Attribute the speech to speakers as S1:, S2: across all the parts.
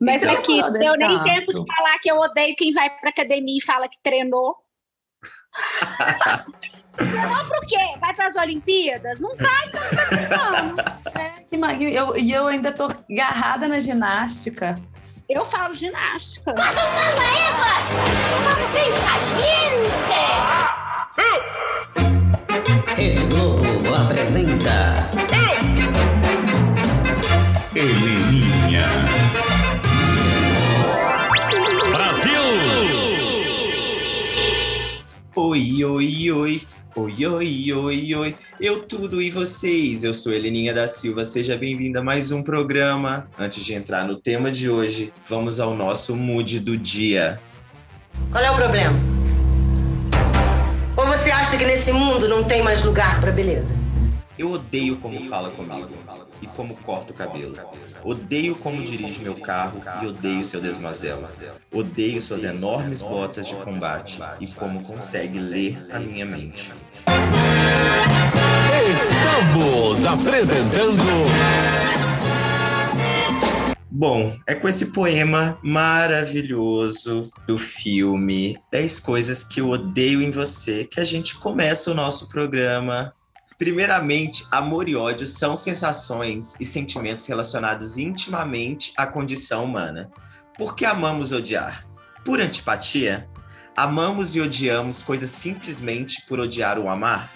S1: Mas
S2: é
S1: então, aqui, eu exato. nem tempo de falar que eu odeio quem vai para academia e fala que treinou. treinou pro quê? Vai para as Olimpíadas? Não vai, não tá
S2: treinando. E eu, eu ainda tô garrada na ginástica.
S1: Eu falo ginástica.
S3: Mas não passa ervas! Vamos brincadeira!
S4: Rede Globo apresenta...
S5: Heleninha. Brasil!
S6: Oi, oi, oi. Oi, oi, oi, oi. Eu tudo e vocês. Eu sou Heleninha da Silva. Seja bem-vinda a mais um programa. Antes de entrar no tema de hoje, vamos ao nosso mood do dia.
S7: Qual é o problema? Ou você acha que nesse mundo não tem mais lugar para beleza?
S6: Eu odeio como fala comigo e como corta o cabelo. Odeio como dirijo meu carro e odeio seu desmazela. Odeio suas enormes botas de combate e como consegue ler a minha mente.
S5: Estamos apresentando.
S6: Bom, é com esse poema maravilhoso do filme 10 Coisas que Eu Odeio em Você que a gente começa o nosso programa Primeiramente, amor e ódio são sensações e sentimentos relacionados intimamente à condição humana. Por que amamos odiar? Por antipatia? Amamos e odiamos coisas simplesmente por odiar ou amar?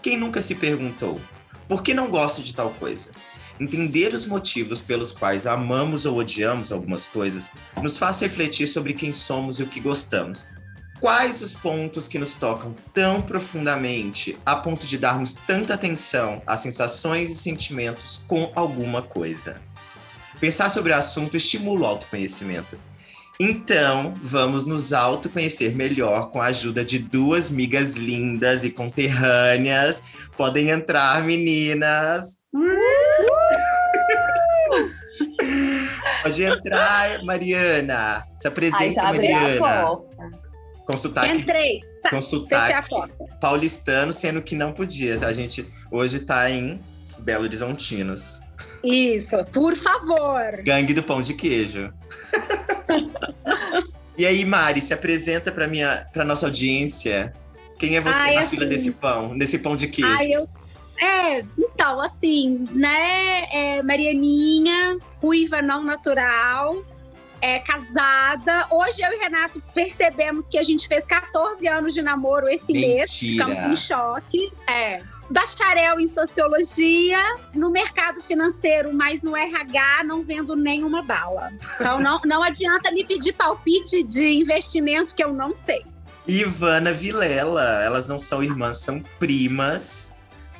S6: Quem nunca se perguntou: por que não gosto de tal coisa? Entender os motivos pelos quais amamos ou odiamos algumas coisas nos faz refletir sobre quem somos e o que gostamos, quais os pontos que nos tocam tão profundamente a ponto de darmos tanta atenção a sensações e sentimentos com alguma coisa. Pensar sobre o assunto estimula o autoconhecimento. Então, vamos nos autoconhecer melhor com a ajuda de duas migas lindas e conterrâneas. Podem entrar, meninas! Pode entrar, Mariana. Se apresenta,
S1: tá
S6: Ai, Mariana com sotaque,
S1: Entrei. Tá,
S6: com sotaque paulistano, sendo que não podia. A gente hoje tá em Belo Horizontinos.
S1: Isso, por favor.
S6: Gangue do pão de queijo. e aí, Mari, se apresenta para minha, para nossa audiência. Quem é você Ai, na assim, fila desse pão, desse pão de queijo?
S1: Ai, eu é, então, assim, né, é, Marianinha, ruiva não natural, é, casada. Hoje eu e Renato percebemos que a gente fez 14 anos de namoro esse
S6: Mentira.
S1: mês. Ficamos em choque. É. Bacharel em sociologia, no mercado financeiro, mas no RH, não vendo nenhuma bala. Então não, não adianta me pedir palpite de investimento que eu não sei.
S6: Ivana Vilela, elas não são irmãs, são primas,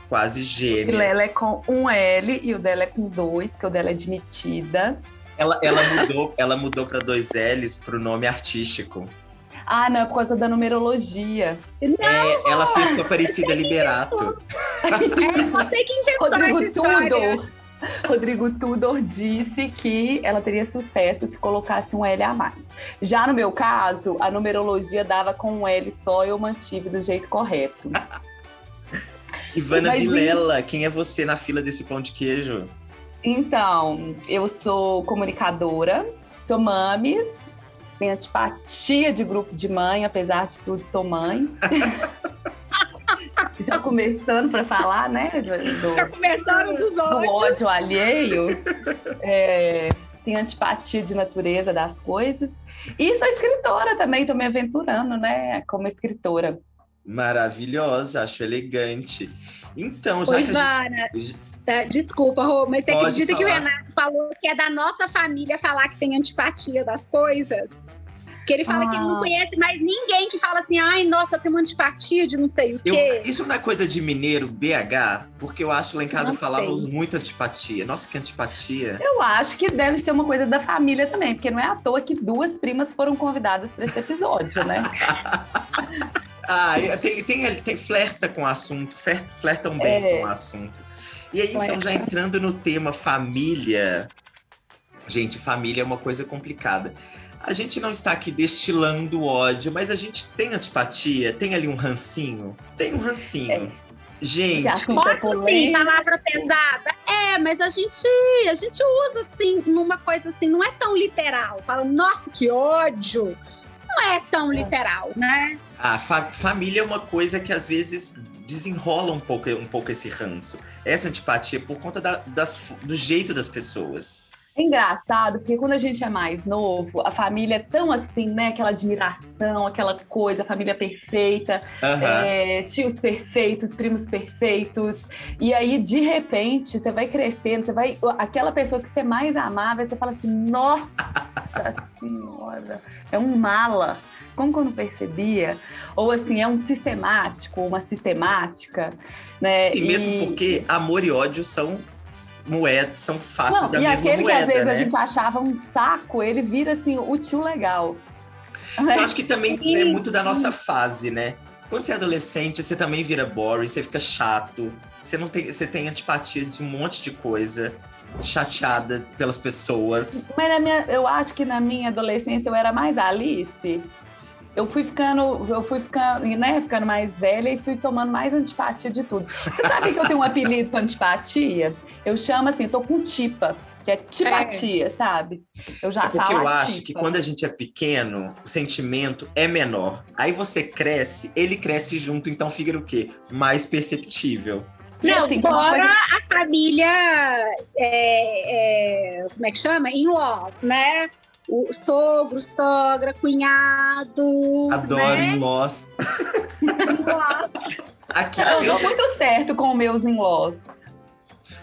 S6: quase gêmeas.
S2: Vilela é com um L e o dela é com dois, porque o dela é admitida.
S6: Ela, ela mudou, ela mudou para dois L's pro nome artístico.
S2: Ah, não, é por causa da numerologia.
S6: É, ela fez com a Aparecida Liberato.
S1: É, você que inventou
S2: Rodrigo
S1: Tudor.
S2: Rodrigo Tudor disse que ela teria sucesso se colocasse um L a mais. Já no meu caso, a numerologia dava com um L só e eu mantive do jeito correto.
S6: Ivana Mas, Vilela, quem é você na fila desse pão de queijo?
S2: Então, eu sou comunicadora, sou mami, tenho antipatia de grupo de mãe, apesar de tudo, sou mãe. Já começando para falar, né?
S1: Do, Já começando dos
S2: ódios. Do ódio alheio. É, tenho antipatia de natureza das coisas. E sou escritora também, estou me aventurando, né? Como escritora.
S6: Maravilhosa, acho elegante. Então, já
S1: Oi, que tá, desculpa, Rô, mas você Pode acredita falar. que o Renato falou que é da nossa família falar que tem antipatia das coisas? Que ele fala ah. que ele não conhece mais ninguém que fala assim, ai, nossa, eu tenho uma antipatia de não sei o quê.
S6: Eu, isso não é coisa de mineiro, BH? Porque eu acho lá em casa falávamos muito antipatia. Nossa, que antipatia.
S2: Eu acho que deve ser uma coisa da família também, porque não é à toa que duas primas foram convidadas para esse episódio, né?
S6: ah, tem, tem, tem, flerta com o assunto, flertam bem é. com o assunto. E aí, então, já entrando no tema família. Gente, família é uma coisa complicada. A gente não está aqui destilando ódio, mas a gente tem antipatia, tem ali um rancinho. Tem um rancinho. É. Gente.
S1: Ódio, sim, palavra pesada. É É, mas a gente, a gente usa assim, numa coisa assim, não é tão literal. Fala, nossa, que ódio! Não é tão literal, né?
S6: A fa- família é uma coisa que às vezes desenrola um pouco, um pouco esse ranço, essa antipatia é por conta da- das f- do jeito das pessoas.
S2: É engraçado, porque quando a gente é mais novo, a família é tão assim, né? Aquela admiração, aquela coisa, a família perfeita,
S6: Aham.
S2: é, tios perfeitos, primos perfeitos. E aí, de repente, você vai crescendo, você vai. Aquela pessoa que você mais amava, aí você fala assim, nossa senhora, é um mala. Como que eu não percebia? Ou assim, é um sistemático, uma sistemática, né?
S6: Sim, mesmo
S2: E-
S6: porque amor e ódio são moedas, são faces
S2: Não,
S6: da
S2: e
S6: mesma
S2: aquele que
S6: moeda,
S2: às vezes
S6: né?
S2: a gente achava um saco, ele vira assim, o tio legal.
S6: Eu acho que também
S1: Sim.
S6: é muito da
S2: Hum.
S6: nossa fase, né? Quando você é adolescente, você também vira boring, você fica chato, você não tem, você tem antipatia de um monte de coisa, chateada pelas pessoas.
S2: Mas na minha- eu acho que na minha adolescência eu era mais Alice. Eu fui ficando, eu fui ficando, né, ficando mais velha e fui tomando mais antipatia de tudo. Você sabe que eu tenho um apelido pra antipatia? Eu chamo assim, tô com tipa, que é tipatia, sabe? Eu já
S6: É porque
S2: falo
S6: eu
S2: a
S6: acho
S2: tipa.
S6: que quando a gente é pequeno, o sentimento é menor. Aí você cresce, ele cresce junto, então fica o quê? Mais perceptível.
S2: E,
S1: Não,
S2: assim, quando
S1: fora
S2: foi-
S1: a família, é, é, como é que chama? In-laws, né? O sogro, sogra, cunhado.
S6: Adoro
S1: Né?
S6: nós.
S1: In-laws.
S6: Aqui,
S2: Eu
S6: eu-
S2: dou muito certo com meus in-laws.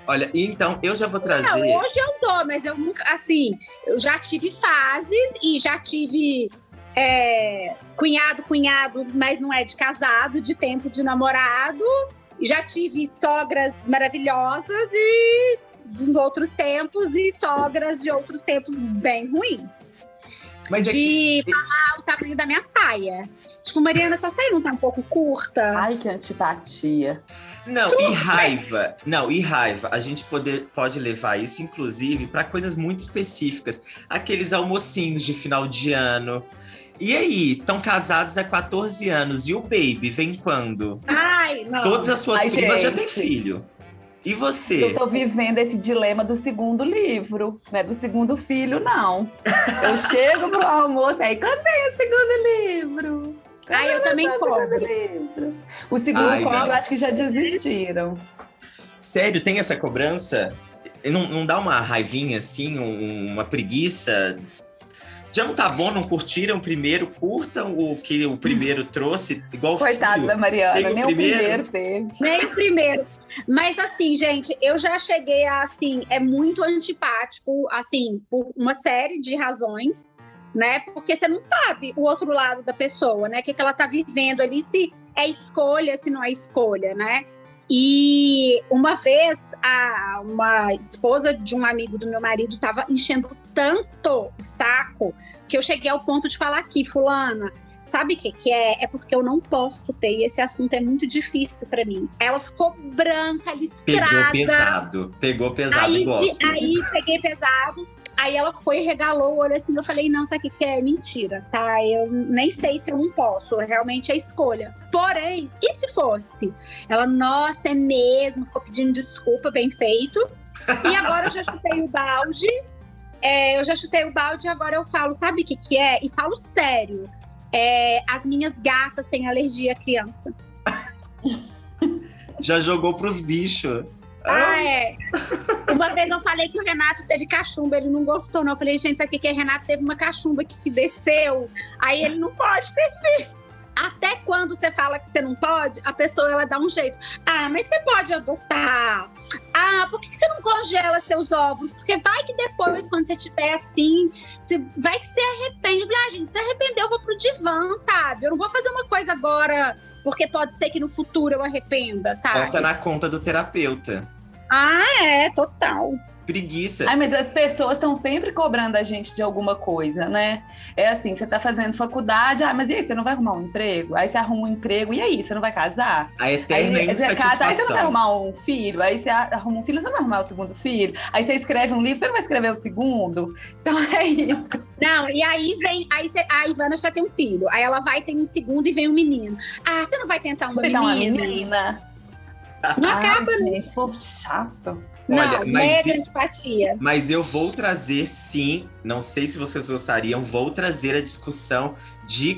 S6: olha, então eu já vou
S1: Não,
S6: trazer.
S1: hoje eu dou, mas eu nunca, assim, eu já tive fases e já tive é, cunhado, cunhado, mas não é de casado, de tempo de namorado. E já tive sogras maravilhosas e dos outros tempos e sogras de outros tempos bem ruins.
S6: Mas é aqui,
S1: de falar o tamanho da minha saia. Tipo, Mariana, sua saia não tá um pouco curta?
S2: Ai, que antipatia.
S6: Não, e raiva. Não, e raiva. A gente poder, pode levar isso, inclusive, para coisas muito específicas. Aqueles almocinhos de final de ano. E aí, estão casados há 14 anos. E o baby vem quando?
S1: Ai, não.
S6: Todas as suas
S2: Ah, Ai,
S6: primas já
S2: gente.
S6: têm filho. E você?
S2: Eu tô vivendo esse dilema do segundo livro, né? Do segundo filho, não. Eu chego pro almoço, aí cadê o segundo livro?
S1: Ai, eu também
S2: Cadê o
S1: cobro.
S2: segundo livro? O segundo
S6: Ai,
S2: cobro,
S6: não.
S2: acho que já desistiram.
S6: Sério, tem essa cobrança? E Não, não dá uma raivinha assim, um- uma preguiça? Já não tá bom, não curtiram o primeiro, curtam o que o primeiro trouxe, igual
S2: Coitado
S6: filho.
S2: da Mariana,
S6: Pega o
S2: nem
S6: primeiro.
S2: o primeiro teve.
S1: Nem o primeiro. Mas assim, gente, eu já cheguei a assim, é muito antipático, assim, por uma série de razões, né? Porque você não sabe o outro lado da pessoa, né? O que, que ela tá vivendo ali, se é escolha, se não é escolha, né? E uma vez a, uma esposa de um amigo do meu marido tava enchendo tanto o saco que eu cheguei ao ponto de falar aqui, fulana, sabe o que, que é? É porque eu não posso ter, e esse assunto é muito difícil pra mim. Ela ficou branca,
S6: Pegou
S1: listrada.
S6: pesado, pegou pesado
S1: Aí,
S6: e gosto.
S1: de- aí peguei pesado. Aí ela foi e regalou o olho assim. Eu falei, não, sabe o que, que é? Mentira, tá? Eu nem sei se eu não posso. Realmente é escolha. Porém, e se fosse? Ela, nossa, é mesmo. Ficou pedindo desculpa, bem feito. E agora eu já chutei o balde. É, eu já chutei o balde e agora eu falo, sabe o que, que é? E falo sério. É, as minhas gatas têm alergia à criança.
S6: Já jogou pros bichos.
S1: Ah, é. Uma vez eu falei que o Renato teve cachumba, ele não gostou, não. Eu falei, gente, sabe o que que é? Renato teve uma cachumba que desceu. Aí ele não pode ter filho. Até quando você fala que você não pode, a pessoa ela dá um jeito. Ah, mas você pode adotar. Ah, por que que você não congela seus ovos? Porque vai que depois, quando você tiver assim, você vai que você arrepende. Eu falei, ah, gente, se arrepender, eu vou pro divã, sabe? Eu não vou fazer uma coisa agora, porque pode ser que no futuro eu arrependa, sabe?
S6: Bota na conta do terapeuta.
S1: Ah, é, total.
S6: Preguiça.
S2: Ai, mas as pessoas estão sempre cobrando a gente de alguma coisa, né? É assim, você tá fazendo faculdade, ah, mas e aí, você não vai arrumar um emprego? Aí você arruma um emprego, e aí, você não vai casar?
S6: A eterna
S2: aí, você casa, aí você não vai
S6: insatisfação.
S2: arrumar um filho, aí você arruma um filho, você não vai arrumar o segundo filho, aí você escreve um livro, você não vai escrever o segundo. Então é isso.
S1: Não, e aí vem. Aí cê- a Ivana já tem um filho. Aí ela vai, tem um segundo e vem um menino. Ah, você não vai tentar uma
S2: Pegar tá uma
S1: menina?
S2: menina.
S1: Não
S2: Ai,
S1: acaba, não.
S2: gente, povo chato.
S1: Não,
S6: Ah, Olha, mas
S1: mega antipatia.
S6: Mas eu vou trazer, sim, não sei se vocês gostariam, vou trazer a discussão de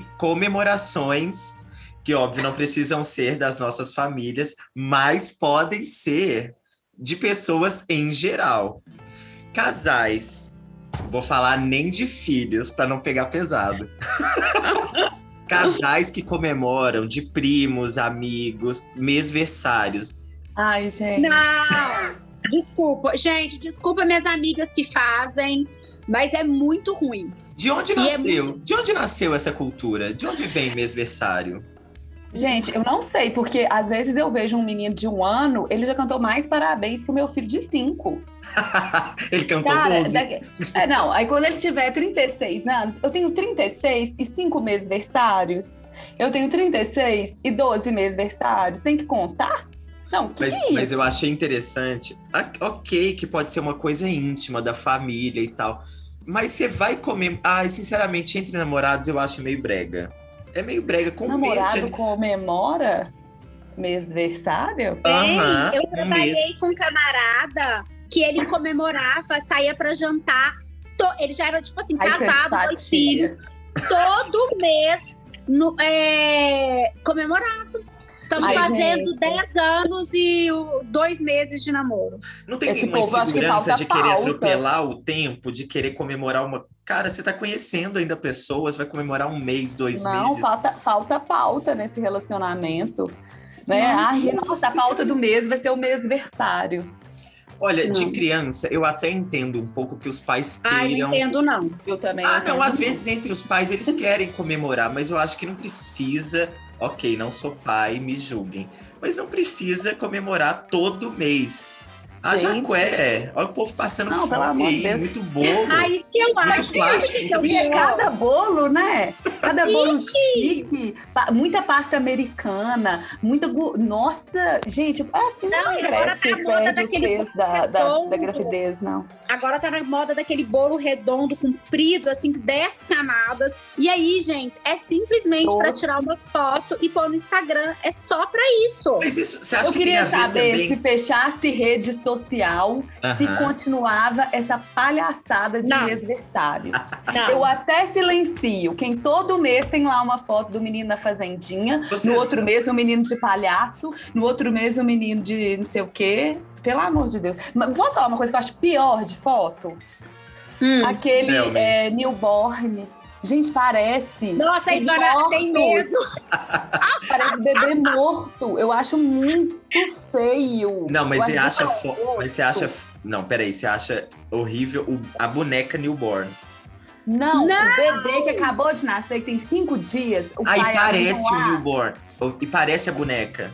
S6: comemorações, que óbvio não precisam ser das nossas famílias, mas podem ser de pessoas em geral. Casais, vou falar nem de filhos, para não pegar pesado. Casais que comemoram de primos, amigos, mesversários.
S2: Ai, gente.
S1: Não! Desculpa, gente, desculpa minhas amigas que fazem, mas é muito ruim.
S6: De onde
S1: E é
S6: nasceu? De onde nasceu essa cultura? De onde vem mesversário?
S2: Gente, eu não sei, porque às vezes eu vejo um menino de um ano, ele já cantou mais parabéns que o meu filho de cinco.
S6: Ele cantou
S2: Cara,
S6: 12.
S2: daqui- É, não, aí quando ele tiver 36 anos, eu tenho 36 e 5 meses versários. Eu tenho 36 e 12 meses versários. Tem que contar? Não, que
S6: Mas,
S2: que é isso?
S6: mas eu achei interessante. Ah, Ok, que pode ser uma coisa íntima da família e tal. Mas você vai comer. Ai, sinceramente, entre namorados eu acho meio brega. É meio brega com
S2: Namorado
S6: beijo.
S2: comemora mês versário?
S6: Aham,
S1: Ei, eu
S6: um
S1: trabalhei
S6: mês.
S1: com um camarada que ele comemorava, saía pra jantar. To- Ele já era, tipo assim,
S2: Ai, que
S1: casado, dois filhos.
S2: antipatia.
S1: Todo mês no, é, comemorado. Estamos
S2: Ai,
S1: fazendo
S2: gente.
S1: 10 anos e o- dois meses de namoro.
S6: Não tem
S2: Esse
S6: nenhuma
S2: povo, acho que
S6: insegurança
S2: falta
S6: de querer
S2: pauta.
S6: atropelar o tempo, de querer comemorar uma. Cara, você tá conhecendo ainda pessoas, vai comemorar um mês, dois
S2: Não,
S6: meses.
S2: falta, falta pauta nesse relacionamento. Né?
S1: Não,
S2: Ai,
S6: não
S2: nossa, a
S6: sei.
S2: pauta do mês vai ser o mês versário.
S6: Olha, de
S2: Não. Ah,
S6: criança, eu até entendo um pouco que os pais
S1: Ai,
S6: queiram
S1: não entendo, não.
S2: Eu também.
S6: Ah,
S2: entendo
S6: não, às
S2: muito.
S6: vezes entre os pais eles querem comemorar, mas eu acho que não precisa. Ok, não sou pai, me julguem. Mas não precisa comemorar todo mês. A
S2: Gente.
S6: Jacué, olha o povo passando
S2: Não, pelo
S6: fome
S2: amor de
S6: aí,
S2: Deus.
S6: muito bobo.
S1: Aí que eu
S6: Muito
S1: acho que
S6: plástico,
S1: eu
S6: muito
S2: E é
S1: vou.
S2: cada bolo, né? Cada bolo chique, pa- muita pasta americana, muita. gu- Nossa, gente, assim não,
S1: Não, e agora
S2: agora
S1: tá a moda
S2: perde os
S1: daquele é
S2: pesos da, da,
S1: redondo.
S2: da gravidez, não.
S1: Agora tá na moda daquele bolo redondo, comprido, assim, 10 camadas. E aí, gente, é simplesmente
S2: Nossa.
S1: pra tirar uma foto e pôr no Instagram. É só pra isso.
S6: Mas isso, você acha
S2: Eu
S6: que tem
S2: queria
S6: a ver
S2: saber
S6: também? Ah.
S2: se fechasse rede social, se
S6: Aham.
S2: continuava essa palhaçada de
S1: Não.
S2: mesversário.
S1: Não.
S2: Eu até silencio quem todo mês tem lá uma foto do menino na fazendinha,
S6: Vocês-
S2: no outro mês um menino de palhaço, no outro mês um menino de não sei o quê. Pelo amor de Deus. Mas posso falar uma coisa que eu acho pior de foto?
S1: Hum.
S2: Aquele
S6: Delmi.
S2: é, newborn. Gente, parece.
S1: Nossa, a
S2: Tem
S1: Ivana
S2: fotos.
S1: tem mesmo.
S2: Parece bebê morto. Eu acho muito feio.
S6: Não, mas
S2: Eu
S6: você
S2: acho
S6: acha.
S2: que-
S6: fo- Mas você acha. Não, peraí, você acha horrível o- a boneca newborn.
S2: Não, o bebê que acabou de nascer, que tem cinco dias. O
S6: Aí
S2: pai um
S6: parece um
S2: arruma
S6: o
S2: lá.
S6: newborn. E parece a boneca.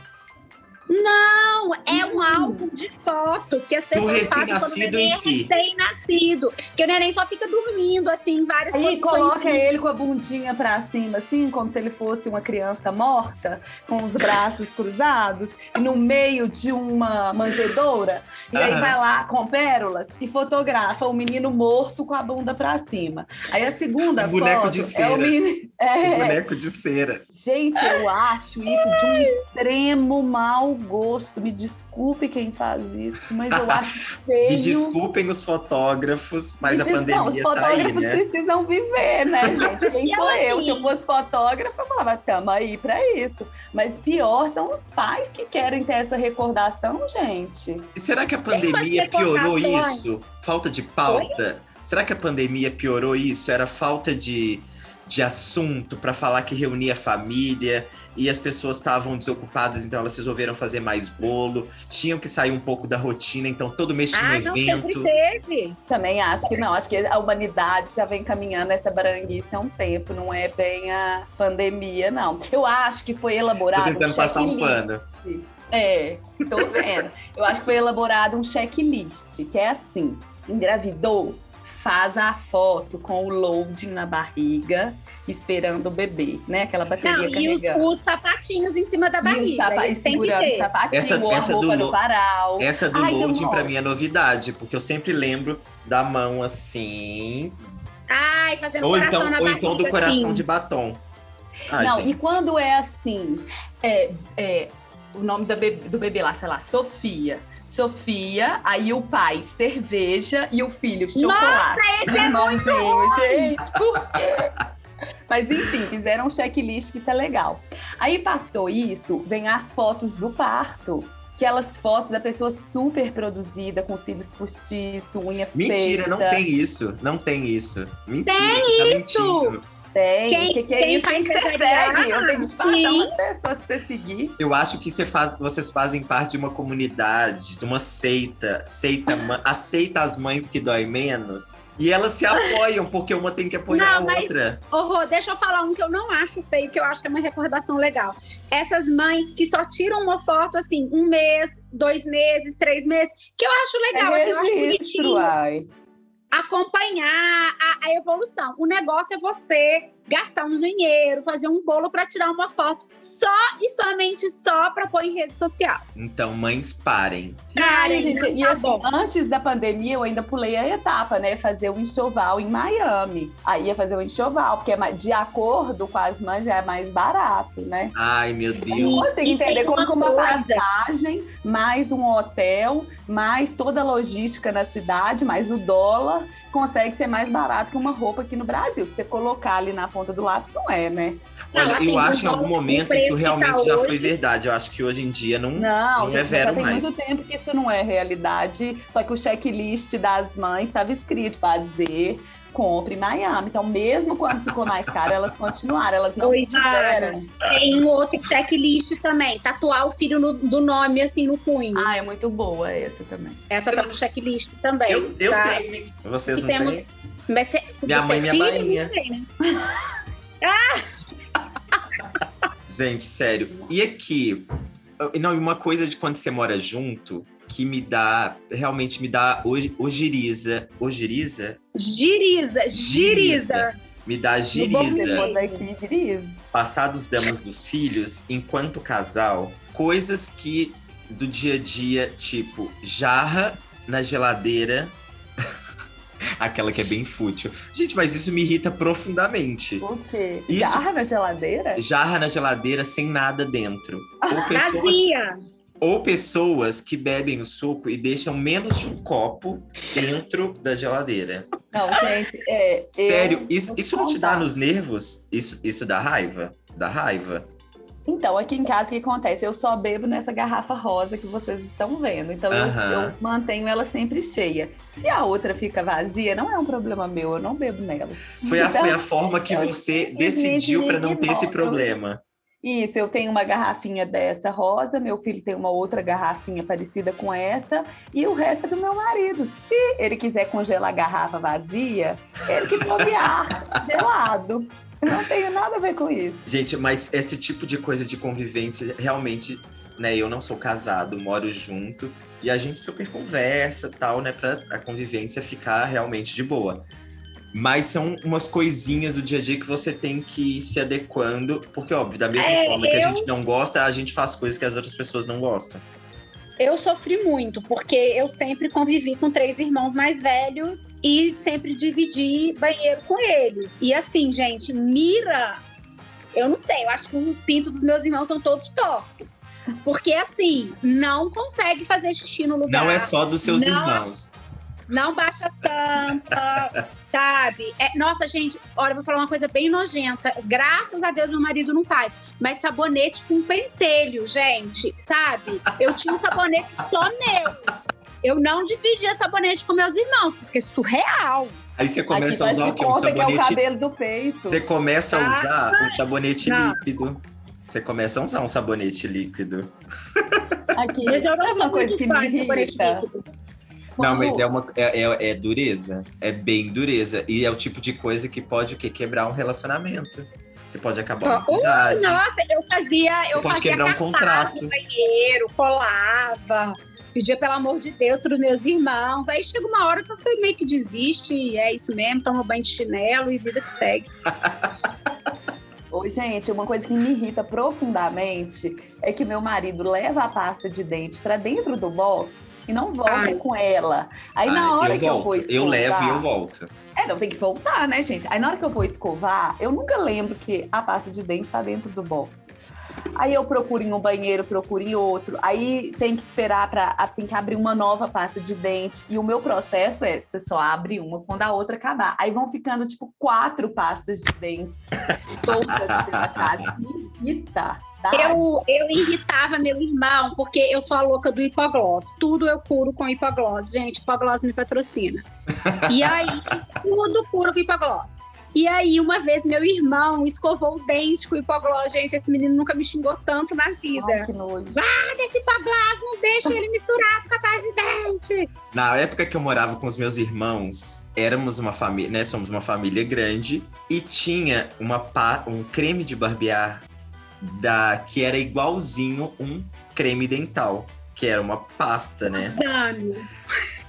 S1: Não, é um álbum de foto que as
S6: Uhum. Do
S1: pessoas fazem quando o
S6: recém-nascido
S1: neném
S6: em si.
S1: tem nascido. Que o neném só fica dormindo, assim, em várias
S2: Aí
S1: posições.
S2: coloca ele com a bundinha pra cima, assim, como se ele fosse uma criança morta, com os braços cruzados, e no meio de uma manjedoura. E aí
S6: Aham.
S2: vai lá com pérolas e fotografa o menino morto com a bunda pra cima. Aí a segunda
S6: Um boneco
S2: foto
S6: de
S2: é
S6: cera.
S2: o menino. É,
S6: Um boneco de cera.
S2: Gente, eu acho isso de um extremo mau gosto. Me desculpe quem faz isso, mas eu acho feio.
S6: Me desculpem os fotógrafos, mas
S2: Me
S6: a
S2: diz- não, um os
S6: pandemia tá aí,
S2: fotógrafos
S6: né?
S2: precisam viver, né, gente? Quem
S1: E
S2: sou
S1: ela
S2: eu?
S1: sim.
S2: Se eu fosse fotógrafa, eu falava, tamo aí pra isso. Mas pior são os pais que querem ter essa recordação, gente.
S6: E será que a
S1: umas
S6: pandemia piorou
S1: reportagens.
S6: isso? Falta de pauta? Será que a pandemia piorou isso? Era falta de, de assunto pra falar que reunia a família e as pessoas estavam desocupadas, então elas resolveram fazer mais bolo, tinham que sair um pouco da rotina, então todo mês tinha um
S1: Ah, não, sempre
S6: evento.
S1: teve.
S2: Também acho que não. Acho que a humanidade já vem caminhando essa baranguice há um tempo. Não é bem a pandemia, não. Eu acho que foi
S6: Tô
S2: elaborado
S6: tentando passar um
S2: checklist.
S6: pano.
S2: É, tô vendo. Eu acho que foi elaborado um checklist, que é assim: engravidou, faz a foto com o loading na barriga, esperando o bebê, né? Aquela bateria
S1: Não, e os,
S2: carregando.
S1: os sapatinhos em cima da
S2: E, os
S1: barriga.
S2: sapa- e
S1: eles sempre
S2: segurando o
S1: teve.
S2: sapatinho,
S6: Essa-
S2: ou
S6: essa
S2: a roupa
S6: do lo-
S2: no varal.
S1: Então,
S6: Essa do
S2: Ai,
S6: loading
S2: demora.
S6: pra mim é novidade, porque eu sempre lembro da mão assim,
S1: Ai, fazendo
S6: Ou
S1: um coração
S6: então,
S1: na
S6: ou
S1: barriga.
S6: então do coração
S1: assim.
S6: de batom. Ai,
S2: Não,
S6: gente,
S2: e quando é assim, é, é, o nome da be- do bebê lá, sei lá, Sofia. Sofia, aí o pai cerveja e o filho chocolate.
S1: esse é
S2: Irmãozinho, gente, por quê? Mas enfim, fizeram um checklist que isso é legal. Aí passou isso, vem as fotos do parto. Aquelas fotos da pessoa super produzida, com cílios postiço, unha
S6: Mentira,
S2: feita.
S6: não tem isso. Não tem isso. Mentira.
S1: Tem
S6: você tá
S1: isso!
S6: mentindo.
S2: Tem,
S1: Quem-
S2: o que, que é
S1: quem
S2: isso? Quem que
S1: faz
S2: você
S1: empresarial?
S2: segue? Eu tenho que te passar
S1: Sim.
S2: umas pessoas pra você seguir.
S6: Eu acho que você faz- vocês fazem parte de uma comunidade, de uma seita. Seita ma-
S1: Ah.
S6: aceita as mães que dói menos. E elas se apoiam, porque uma tem que apoiar
S1: Não,
S6: a
S1: mas-
S6: outra.
S1: Ô, Rô, deixa eu falar um que eu não acho feio, que eu acho que é uma recordação legal. Essas mães que só tiram uma foto assim, um mês, dois meses, três meses, que eu acho legal,
S2: é
S1: assim, eu acho
S2: registro,
S1: bonitinho.
S2: ai.
S1: Acompanhar a, a evolução. O negócio é você gastar um dinheiro, fazer um bolo pra tirar uma foto só e somente só pra pôr em rede social.
S6: Então, mães, parem.
S2: Ai,
S1: Ai,
S2: gente, e
S1: tá
S2: assim,
S1: bom.
S2: antes da pandemia eu ainda pulei a etapa, né? Fazer o enxoval em Miami. Aí ia fazer o enxoval, porque é mais- de acordo com as mães é mais barato, né?
S6: Ai, meu
S2: Eu não
S6: Deus.
S2: consigo
S1: E
S2: entender
S1: tem
S2: como
S1: uma
S2: que uma
S1: coisa.
S2: passagem, mais um hotel, mais toda a logística na cidade, mais o dólar, consegue ser mais barato que uma roupa aqui no Brasil. Se você colocar ali na ponta do lápis, não é, né?
S1: Não,
S6: Olha,
S1: assim,
S6: eu acho que em
S1: o
S6: algum
S1: valor- o
S6: momento
S1: preço
S6: isso
S1: que
S6: realmente
S1: tá
S6: já foi
S1: hoje-
S6: verdade. Eu acho que hoje em dia não.
S2: Não,
S6: Não
S2: gente,
S6: é vero
S2: já tem
S6: mais.
S2: muito tempo que isso não é realidade. Só que o checklist das mães estava escrito fazer, compre em Miami. Então, mesmo quando ficou mais caro, elas continuaram, elas não
S1: Oi,
S2: tiveram.
S1: Tem um outro checklist também, tatuar o filho no- do nome assim no punho.
S2: Ah, é muito boa essa também.
S1: Essa tá no checklist também.
S6: Eu, eu
S1: tá?
S6: tenho. hein? Vocês
S1: Que
S6: não
S1: temos-
S6: têm?
S1: Mas cê,
S6: Minha
S1: do seu
S6: mãe, minha
S1: filho,
S6: bainha.
S1: não tem, né?
S6: Gente, sério. E aqui, eu- não, e uma coisa de quando você mora junto que me dá, realmente me dá ogi- ojeriza. Ojeriza?
S1: Giriza, giriza.
S6: Me dá
S1: bom
S2: Você
S6: giriza.
S1: mesmo.
S2: pôs aqui, Giriz.
S6: Passar dos damas dos filhos, enquanto casal, coisas que do dia a dia, tipo, jarra na geladeira. Aquela que é bem fútil. Gente, mas isso me irrita profundamente.
S2: O quê?
S6: Isso.
S2: Jarra na geladeira?
S6: Jarra na geladeira sem nada dentro.
S2: Ah,
S6: Ou pessoas
S1: Vazia.
S6: Ou pessoas que bebem o suco e deixam menos de um copo dentro da geladeira.
S2: Não, gente, é. eu
S6: Sério, isso,
S2: vou
S6: isso não te
S2: contar.
S6: dá nos nervos? Isso, isso dá raiva? Dá raiva?
S2: Então, aqui em casa, o que acontece? Eu só bebo nessa garrafa rosa que vocês estão vendo. Então, eu-
S6: Aham.
S2: eu, mantenho ela sempre cheia. Se a outra fica vazia, não é um problema meu, eu não bebo nela.
S6: Foi a,
S2: Então,
S6: foi a forma que
S2: eu
S6: você
S2: simplesmente
S6: decidiu para não ter esse
S2: ignoro.
S6: problema.
S2: Isso, eu tenho uma garrafinha dessa rosa, meu filho tem uma outra garrafinha parecida com essa, e o resto é do meu marido. Se ele quiser congelar a garrafa vazia, ele que bobear, gelado. Eu não tenho nada a ver com isso.
S6: Gente, mas esse tipo de coisa de convivência realmente, né? Eu não sou casado, moro junto e a gente super conversa tal, né? Pra a convivência ficar realmente de boa. Mas são umas coisinhas do dia a dia que você tem que ir se adequando, porque, óbvio, da mesma
S1: É,
S6: forma que a
S1: eu-
S6: gente não gosta, a gente faz coisas que as outras pessoas não gostam.
S1: Eu sofri muito, porque eu sempre convivi com três irmãos mais velhos e sempre dividi banheiro com eles. E assim, gente, mira. Eu não sei, eu acho que os pintos dos meus irmãos são todos tortos. Porque assim, não consegue fazer xixi no lugar.
S6: Não
S2: Tá.
S6: é só dos seus
S1: Não.
S6: irmãos.
S1: Não baixa a tampa, sabe? É, nossa, gente, olha, eu vou falar uma coisa bem nojenta. Graças a Deus meu marido não faz. Mas sabonete com pentelho, gente, sabe? Eu tinha um sabonete só meu. Eu não dividia sabonete com meus irmãos, porque é surreal.
S6: Aí você
S2: Aqui
S6: começa a
S2: faz
S6: usar
S2: de
S6: o quê? Um
S2: conta que é o
S6: sabonete.
S2: cabelo do peito.
S6: Você começa a
S1: Ah,
S6: usar um sabonete
S1: não.
S6: líquido. Você começa a usar um sabonete líquido.
S2: Aqui,
S1: Mas eu não
S2: sabe
S1: sou
S2: uma coisa
S1: muito
S2: que
S1: fã
S2: me
S1: de sabonete tipo.
S2: irrita?
S1: líquido.
S6: Não,
S2: Quando-
S6: mas é uma é, é- é dureza. É bem dureza. E é o tipo de coisa que pode o quê? quebrar um relacionamento. Você pode
S2: Ah,
S6: acabar
S1: Ó,
S6: uma amizade.
S1: Nossa, eu fazia. Eu
S6: Você pode
S1: fazia
S6: quebrar um
S1: cartaz
S6: contrato.
S1: no banheiro, colava, pedia pelo amor de Deus para meus irmãos. Aí chega uma hora que você meio que desiste, e é isso mesmo, toma banho de chinelo e vida que segue.
S2: Ô, gente, uma coisa que me irrita profundamente é que meu marido leva a pasta de dente pra dentro do box e não volta
S1: Ai.
S2: com ela. Aí
S6: Ai,
S2: na hora
S6: Ah, eu
S2: que eu vou
S6: volto.
S2: escovar,
S6: Eu levo e eu volto.
S2: É, não tem que voltar, né, gente? Aí na hora que eu vou escovar, eu nunca lembro que a pasta de dente tá dentro do box. Aí eu procuro em um banheiro, procuro em outro. Aí tem que esperar para tem que abrir uma nova pasta de dente. E o meu processo é você só abre uma quando a outra acabar. Aí vão ficando tipo quatro pastas de dentes soltas pela casa. Me irrita. dá
S1: Eu, eu irritava meu irmão, porque eu sou a louca do hipoglós. Tudo eu curo com hipoglós. Gente, hipoglós me patrocina. E aí, tudo curo com hipoglós. E aí, uma vez, meu irmão escovou o dente com hipoglós. Gente, esse menino nunca me xingou tanto na
S2: Ai,
S1: vida.
S2: que nojo.
S1: Ah, desse hipoglós, não deixa ele misturar com a pasta de dente.
S6: Na época que eu morava com os meus irmãos, éramos uma família, né? Somos uma família grande e tinha uma pa- um creme de barbear da que era igualzinho um creme dental, que era uma pasta, né?
S1: Dane.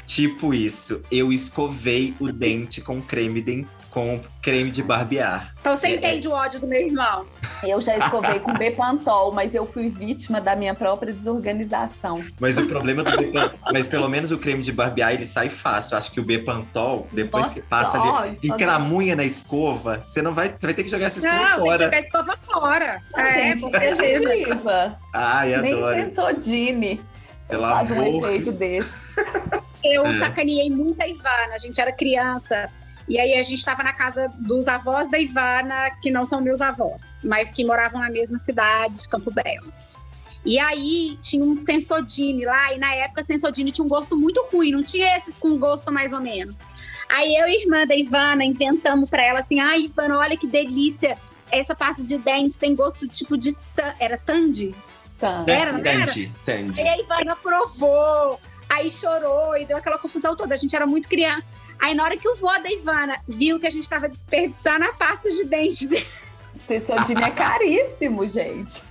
S6: Tipo isso. Eu escovei o dente com creme den- com creme de barbear.
S1: Então você
S6: É, é.
S1: entende o ódio do meu irmão.
S2: Eu já escovei com Bepantol, mas eu fui vítima da minha própria desorganização.
S6: Mas o problema do Bepan... Mas pelo menos o creme de barbear ele sai fácil. Acho que o Bepantol, depois que passa ali
S2: Nossa, ó,
S6: encramunha na escova, você não vai, você vai ter que jogar essa escova
S1: Não,
S6: fora.
S1: tem que jogar a escova fora.
S2: Ah, gente,
S1: com
S2: é
S1: certeza.
S2: gengiva.
S6: Ai,
S2: Nem
S6: adoro.
S2: sensodine
S6: Pelo
S2: faz um
S6: amor.
S2: efeito desse.
S1: Eu
S6: É.
S1: sacaneei muito a Ivana, a gente era criança. E aí a gente tava na casa dos avós da Ivana, que não são meus avós, mas que moravam na mesma cidade, Campo Belo. E aí tinha um Sensodine lá, e na época Sensodine tinha um gosto muito ruim, não tinha esses com gosto mais ou menos. Aí eu e a irmã da Ivana inventamos pra ela assim: ai, Ivana, olha que delícia! Essa pasta de dente tem gosto tipo de. tan- Era Tandy?
S2: Tá.
S1: Era,
S6: Tande,
S1: não era?
S6: tande, tande.
S1: E a Ivana provou, aí chorou e deu aquela confusão toda. A gente era muito criança. Aí na hora que o vô da Ivana viu que a gente tava desperdiçando a pasta de dente dele,
S2: Sensodine é caríssimo, gente.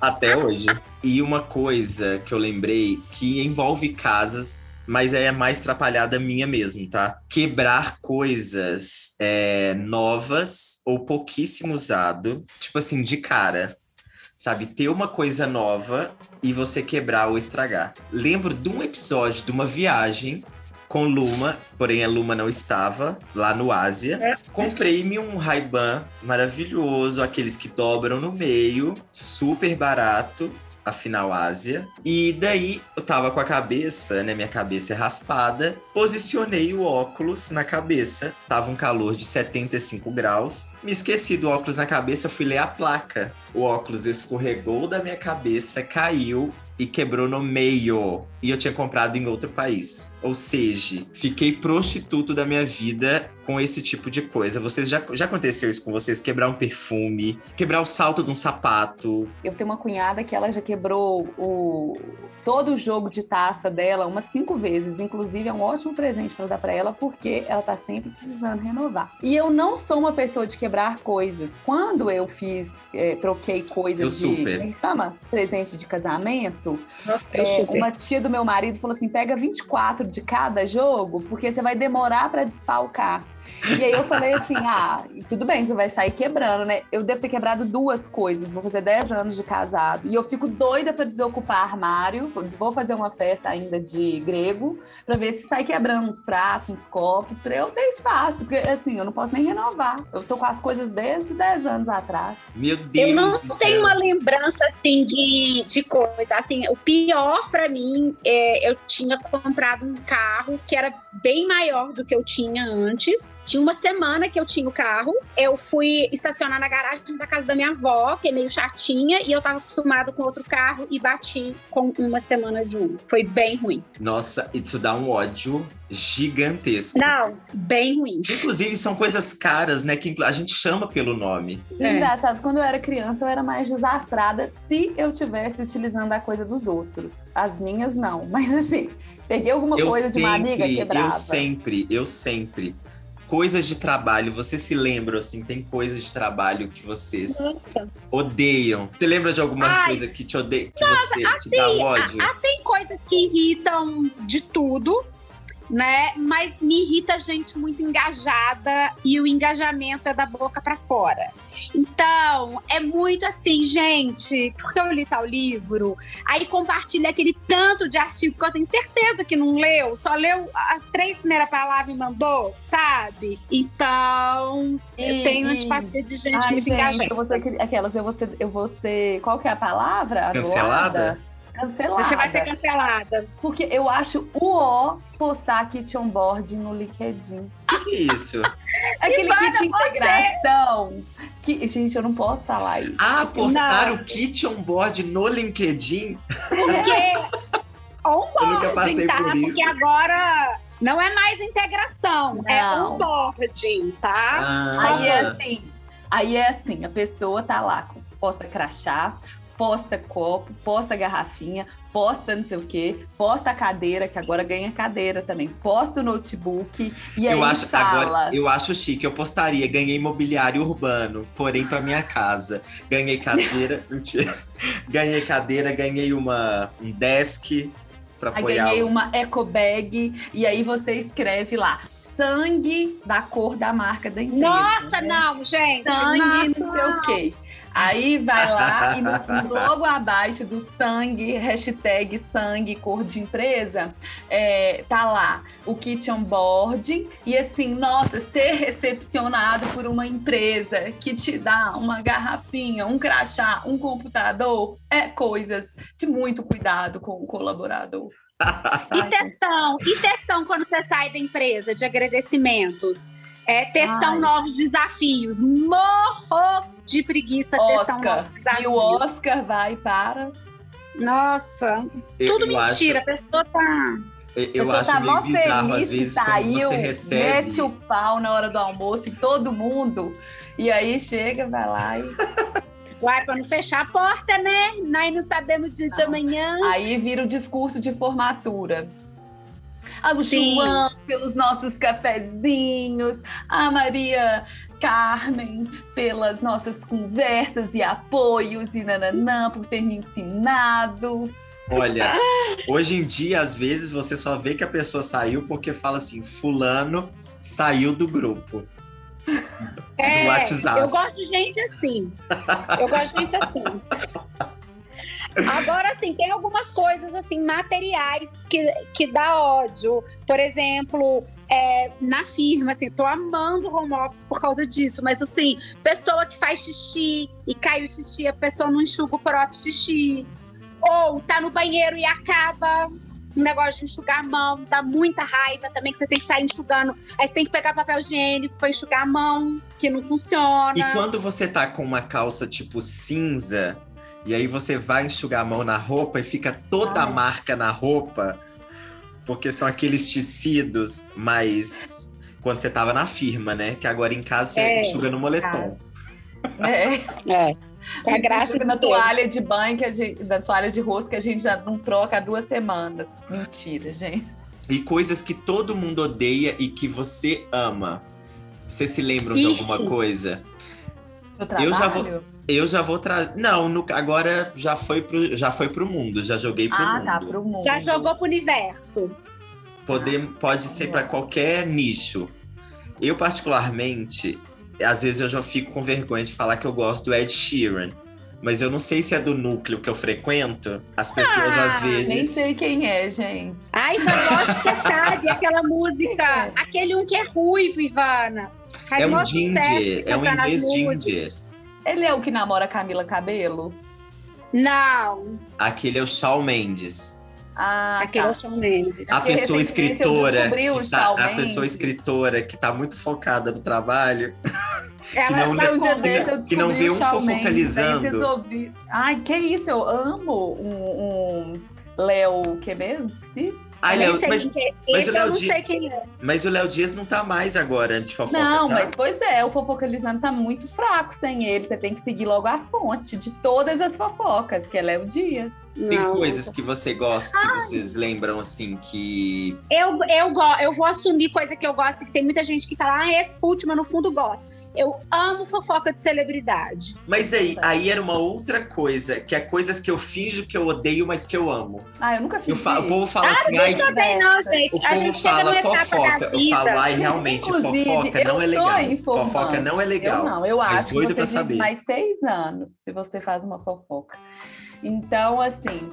S6: Até hoje. E uma coisa que eu lembrei que envolve casas, mas é mais atrapalhada minha mesmo, tá? Quebrar coisas é, novas ou pouquíssimo usado, tipo assim, de cara. Sabe, ter uma coisa nova e você quebrar ou estragar. Lembro de um episódio de uma viagem com Luma, porém a Luma não estava lá no Ásia. Comprei-me um Ray-Ban maravilhoso, aqueles que dobram no meio, super barato, afinal Ásia. E daí eu tava com a cabeça, né, minha cabeça é raspada, posicionei o óculos na cabeça. Tava um calor de 75 graus. Me esqueci do óculos na cabeça, fui ler a placa. O óculos escorregou da minha cabeça, caiu e quebrou no meio. E eu tinha comprado em outro país. Ou seja, fiquei prostituto da minha vida com esse tipo de coisa. Vocês já, já aconteceu isso com vocês? Quebrar um perfume, quebrar o salto de um sapato.
S2: Eu tenho uma cunhada que ela já quebrou o todo o jogo de taça dela umas cinco vezes. Inclusive, é um ótimo presente para dar para ela, porque ela tá sempre precisando renovar. E eu não sou uma pessoa de quebrar coisas. Quando eu fiz, eh, troquei coisas
S6: Eu
S2: de
S6: super.
S2: como é que chama? presente de casamento, é,
S1: é,
S2: uma tia do meu marido falou assim: pega 24 de cada jogo, porque você vai demorar pra desfalcar. E aí eu falei assim: ah, tudo bem que vai sair quebrando, né? Eu devo ter quebrado duas coisas, vou fazer 10 anos de casado. E eu fico doida pra desocupar armário, vou fazer uma festa ainda de grego, pra ver se sai quebrando uns pratos, uns copos, pra eu ter espaço, porque assim, eu não posso nem renovar. Eu tô com as coisas desde 10 anos atrás.
S6: Meu Deus
S1: eu não
S6: do
S1: tenho
S6: céu.
S1: uma lembrança assim de, de coisa. Assim, o pior pra mim é eu tinha comprado um carro que era bem maior do que eu tinha antes. Tinha uma semana que eu tinha o carro. Eu fui estacionar na garagem da casa da minha avó, que é meio chatinha, e eu tava acostumado com outro carro e bati com uma semana de uso. Foi bem ruim.
S6: Nossa, isso dá um ódio gigantesco.
S1: Não, bem ruim.
S6: Inclusive, são coisas caras, né? Que inclu- a gente chama pelo nome.
S1: É.
S2: Engraçado, quando eu era criança eu era mais desastrada se eu tivesse utilizando a coisa dos outros. As minhas não, mas assim, peguei alguma
S6: eu
S2: coisa de uma amiga
S6: sempre,
S2: quebrava.
S6: eu sempre, eu sempre. Coisas de trabalho, vocês se lembram, assim, tem coisas de trabalho que vocês
S1: Nossa.
S6: odeiam. Você lembra de alguma
S1: Ai.
S6: coisa que te
S2: assim,
S6: odeia, que você te dá
S1: Sim,
S6: ódio?
S1: ah, ah, tem coisas que irritam de tudo. né? Mas me irrita gente muito engajada e o engajamento é da boca para fora. Então, é muito assim, gente, porque eu li tal livro, aí compartilha aquele tanto de artigo que eu tenho certeza que não leu, só leu as três primeiras palavras e mandou, sabe? Então,
S2: Ih,
S1: eu tenho
S2: ih.
S1: antipatia de gente
S2: Hum, Ai,
S1: muito
S2: gente,
S1: engajada.
S2: eu vou ser, que- aquelas, eu vou ser, eu vou ser, qual que é a palavra?
S6: Cancelada?
S2: Anulada? Cancelada.
S1: Você vai ser cancelada.
S2: Porque eu acho o ó postar kitchen board no LinkedIn.
S6: Que isso?
S1: É,
S2: Aquele
S1: manda
S2: kit integração. Que, gente, eu não posso falar isso.
S6: Ah, postaram o kit on board no LinkedIn?
S1: Porque
S6: Eu nunca
S1: onboarding,
S6: passei
S1: tá?
S6: por
S1: Porque
S6: isso.
S1: agora não é mais integração, é
S2: Não.
S1: onboarding, tá?
S6: Ah,
S2: Aí é assim, aí é assim, a pessoa tá lá, com- posta crachá, posta copo, posta garrafinha, posta não sei o quê, posta a cadeira, que agora ganha cadeira também, posta o notebook, e aí
S6: eu acho
S2: fala.
S6: agora, eu acho chique, eu postaria, ganhei imobiliário urbano, porém pra minha casa. Ganhei cadeira, mentira. Ganhei cadeira, ganhei uma um desk pra
S2: Aí
S6: apoiar.
S2: ganhei um
S6: o-
S2: uma eco bag e aí você escreve lá sangue da cor da marca da empresa.
S1: Nossa,
S2: né?
S1: não, gente.
S2: Sangue,
S1: não.
S2: não sei o quê. Aí vai lá e no- logo abaixo do sangue, hashtag sangue cor de empresa, é, tá lá o kit onboarding e assim, nossa, ser recepcionado por uma empresa que te dá uma garrafinha, um crachá, um computador, é coisas de muito cuidado com o colaborador.
S1: E testão, e testão quando você sai da empresa de agradecimentos. É, testão
S2: Ai.
S1: novos desafios. Morro de preguiça testão
S2: Oscar.
S1: novos
S2: E o
S1: desafios.
S2: Oscar vai para.
S1: Nossa,
S6: Eu-
S1: tudo
S6: eu acho-
S1: mentira. A pessoa tá.
S6: Eu,
S2: A
S6: eu
S2: pessoa
S6: acho
S2: tá mó
S6: meio bizarro,
S2: feliz
S6: às vezes,
S2: que tá
S6: quando
S2: saiu,
S6: você recebe.
S2: mete o pau na hora do almoço em todo mundo. E aí chega, vai lá e.
S1: Uai, pra não fechar a porta, né? Nós não sabemos o dia de
S2: Não.
S1: amanhã.
S2: aí vira o discurso de formatura. Ah, o
S1: Sim.
S2: João, pelos nossos cafezinhos. A Maria Carmen, pelas nossas conversas e apoios. E nananã, por ter me ensinado.
S6: Olha, hoje em dia, às vezes, você só vê que a pessoa saiu porque fala assim: Fulano saiu do grupo.
S1: É,
S6: do WhatsApp.
S1: Eu gosto de gente assim. Eu gosto de gente assim. Agora, assim, tem algumas coisas, assim, materiais que, que dá ódio. Por exemplo, é, na firma, assim, tô amando home office por causa disso. Mas, assim, pessoa que faz xixi e cai o xixi, a pessoa não enxuga o próprio xixi. Ou tá no banheiro e acaba um negócio de enxugar a mão. Dá muita raiva também, que você tem que sair enxugando. Aí você tem que pegar papel higiênico pra enxugar a mão, que não funciona.
S6: E quando você tá com uma calça tipo cinza, e aí você vai enxugar a mão na roupa e fica toda a
S2: Ai.
S6: marca na roupa, porque são aqueles tecidos, mas quando você tava na firma, né? Que agora em casa você
S1: É.
S6: enxuga no moletom.
S2: né?
S1: É.
S2: A
S1: A
S2: gente
S1: graça
S2: joga
S1: de
S2: na
S1: Deus.
S2: toalha de banho, que a gente, na toalha de rosto, que a gente já não troca há duas semanas. Mentira, gente.
S6: E coisas que todo mundo odeia e que você ama. Vocês se lembram de
S1: Ih.
S6: alguma coisa?
S2: No trabalho.
S6: Eu já vou- Eu já vou trazer. Não, no- agora já foi, pro... já foi pro mundo, já joguei pro
S2: Ah,
S6: mundo.
S2: tá, pro mundo.
S1: Já jogou pro universo.
S6: Poder, pode ser para qualquer nicho. Eu, particularmente, às vezes eu já fico com vergonha de falar que eu gosto do Ed Sheeran. Mas eu não sei se é do núcleo que eu frequento. As pessoas,
S1: Ah,
S6: às vezes.
S2: Nem sei quem é, gente.
S1: Ai, Ivana, lógico que sabe aquela música. Aquele um que é ruivo, Ivana. Faz
S6: É
S1: mó
S6: um
S1: sucesso,
S6: ginger,
S2: tá
S6: é um
S1: toca nas
S6: inglês
S1: músicas.
S6: ginger.
S2: Ele é o que namora a Camila Cabelo?
S1: Não,
S6: Aquele é o Shawn Mendes.
S2: Ah,
S1: aquele é o Shawn Mendes.
S6: A
S2: Porque
S6: pessoa
S2: recentemente eu
S6: escritora.
S2: descobri o
S6: que tá-
S2: Shawn
S6: a pessoa
S2: Mendes.
S6: escritora que tá muito focada no trabalho.
S1: Ela
S6: não- é
S2: Mas
S1: tá
S2: um dia
S1: com-
S2: desse eu
S6: que não
S2: descobri
S6: vê
S2: o
S6: um
S2: Shawn Mendes,
S6: fofocalizando.
S2: aí vocês ouvi- Ai, que isso, eu amo um, um Léo, que mesmo? Esqueci?
S6: Ah,
S1: nem
S6: Léo,
S1: sei
S6: mas,
S1: quem é.
S6: mas
S1: Esse
S6: o Léo
S1: eu não
S6: Di-
S1: sei quem é.
S6: mas o Léo Dias não tá mais agora de fofoca.
S2: Não,
S6: tá?
S2: mas pois é, o fofocalizando tá muito fraco sem ele. Você tem que seguir logo a fonte de todas as fofocas, que é Léo Dias.
S6: Tem
S1: Não.
S6: coisas que você gosta, que vocês lembram assim, que
S1: Eu, eu, go- eu vou assumir coisa que eu gosto, que tem muita gente que fala, ah, é fútil, mas no fundo gosta. Eu amo fofoca de celebridade.
S6: Mas aí, aí era uma outra coisa, que é coisas que eu finjo que eu odeio, mas que eu amo.
S2: Ah, eu nunca
S6: Eu
S2: fiz.
S6: fa- o povo fala assim, ah, falar
S1: Mas
S6: em
S1: também não, gente.
S6: O
S1: a
S6: povo
S1: gente chega
S6: fala
S1: numa etapa
S6: fofoca.
S1: da
S6: Eu
S1: vida.
S6: falar e realmente
S2: Inclusive,
S6: fofoca não
S2: eu
S6: é
S2: sou
S6: legal.
S2: informante.
S6: Fofoca não é legal.
S2: Eu não, eu
S6: Mas
S2: acho que
S6: doido
S2: você
S6: pra
S2: vive
S6: saber.
S2: mais seis anos se você faz uma fofoca. Então, assim,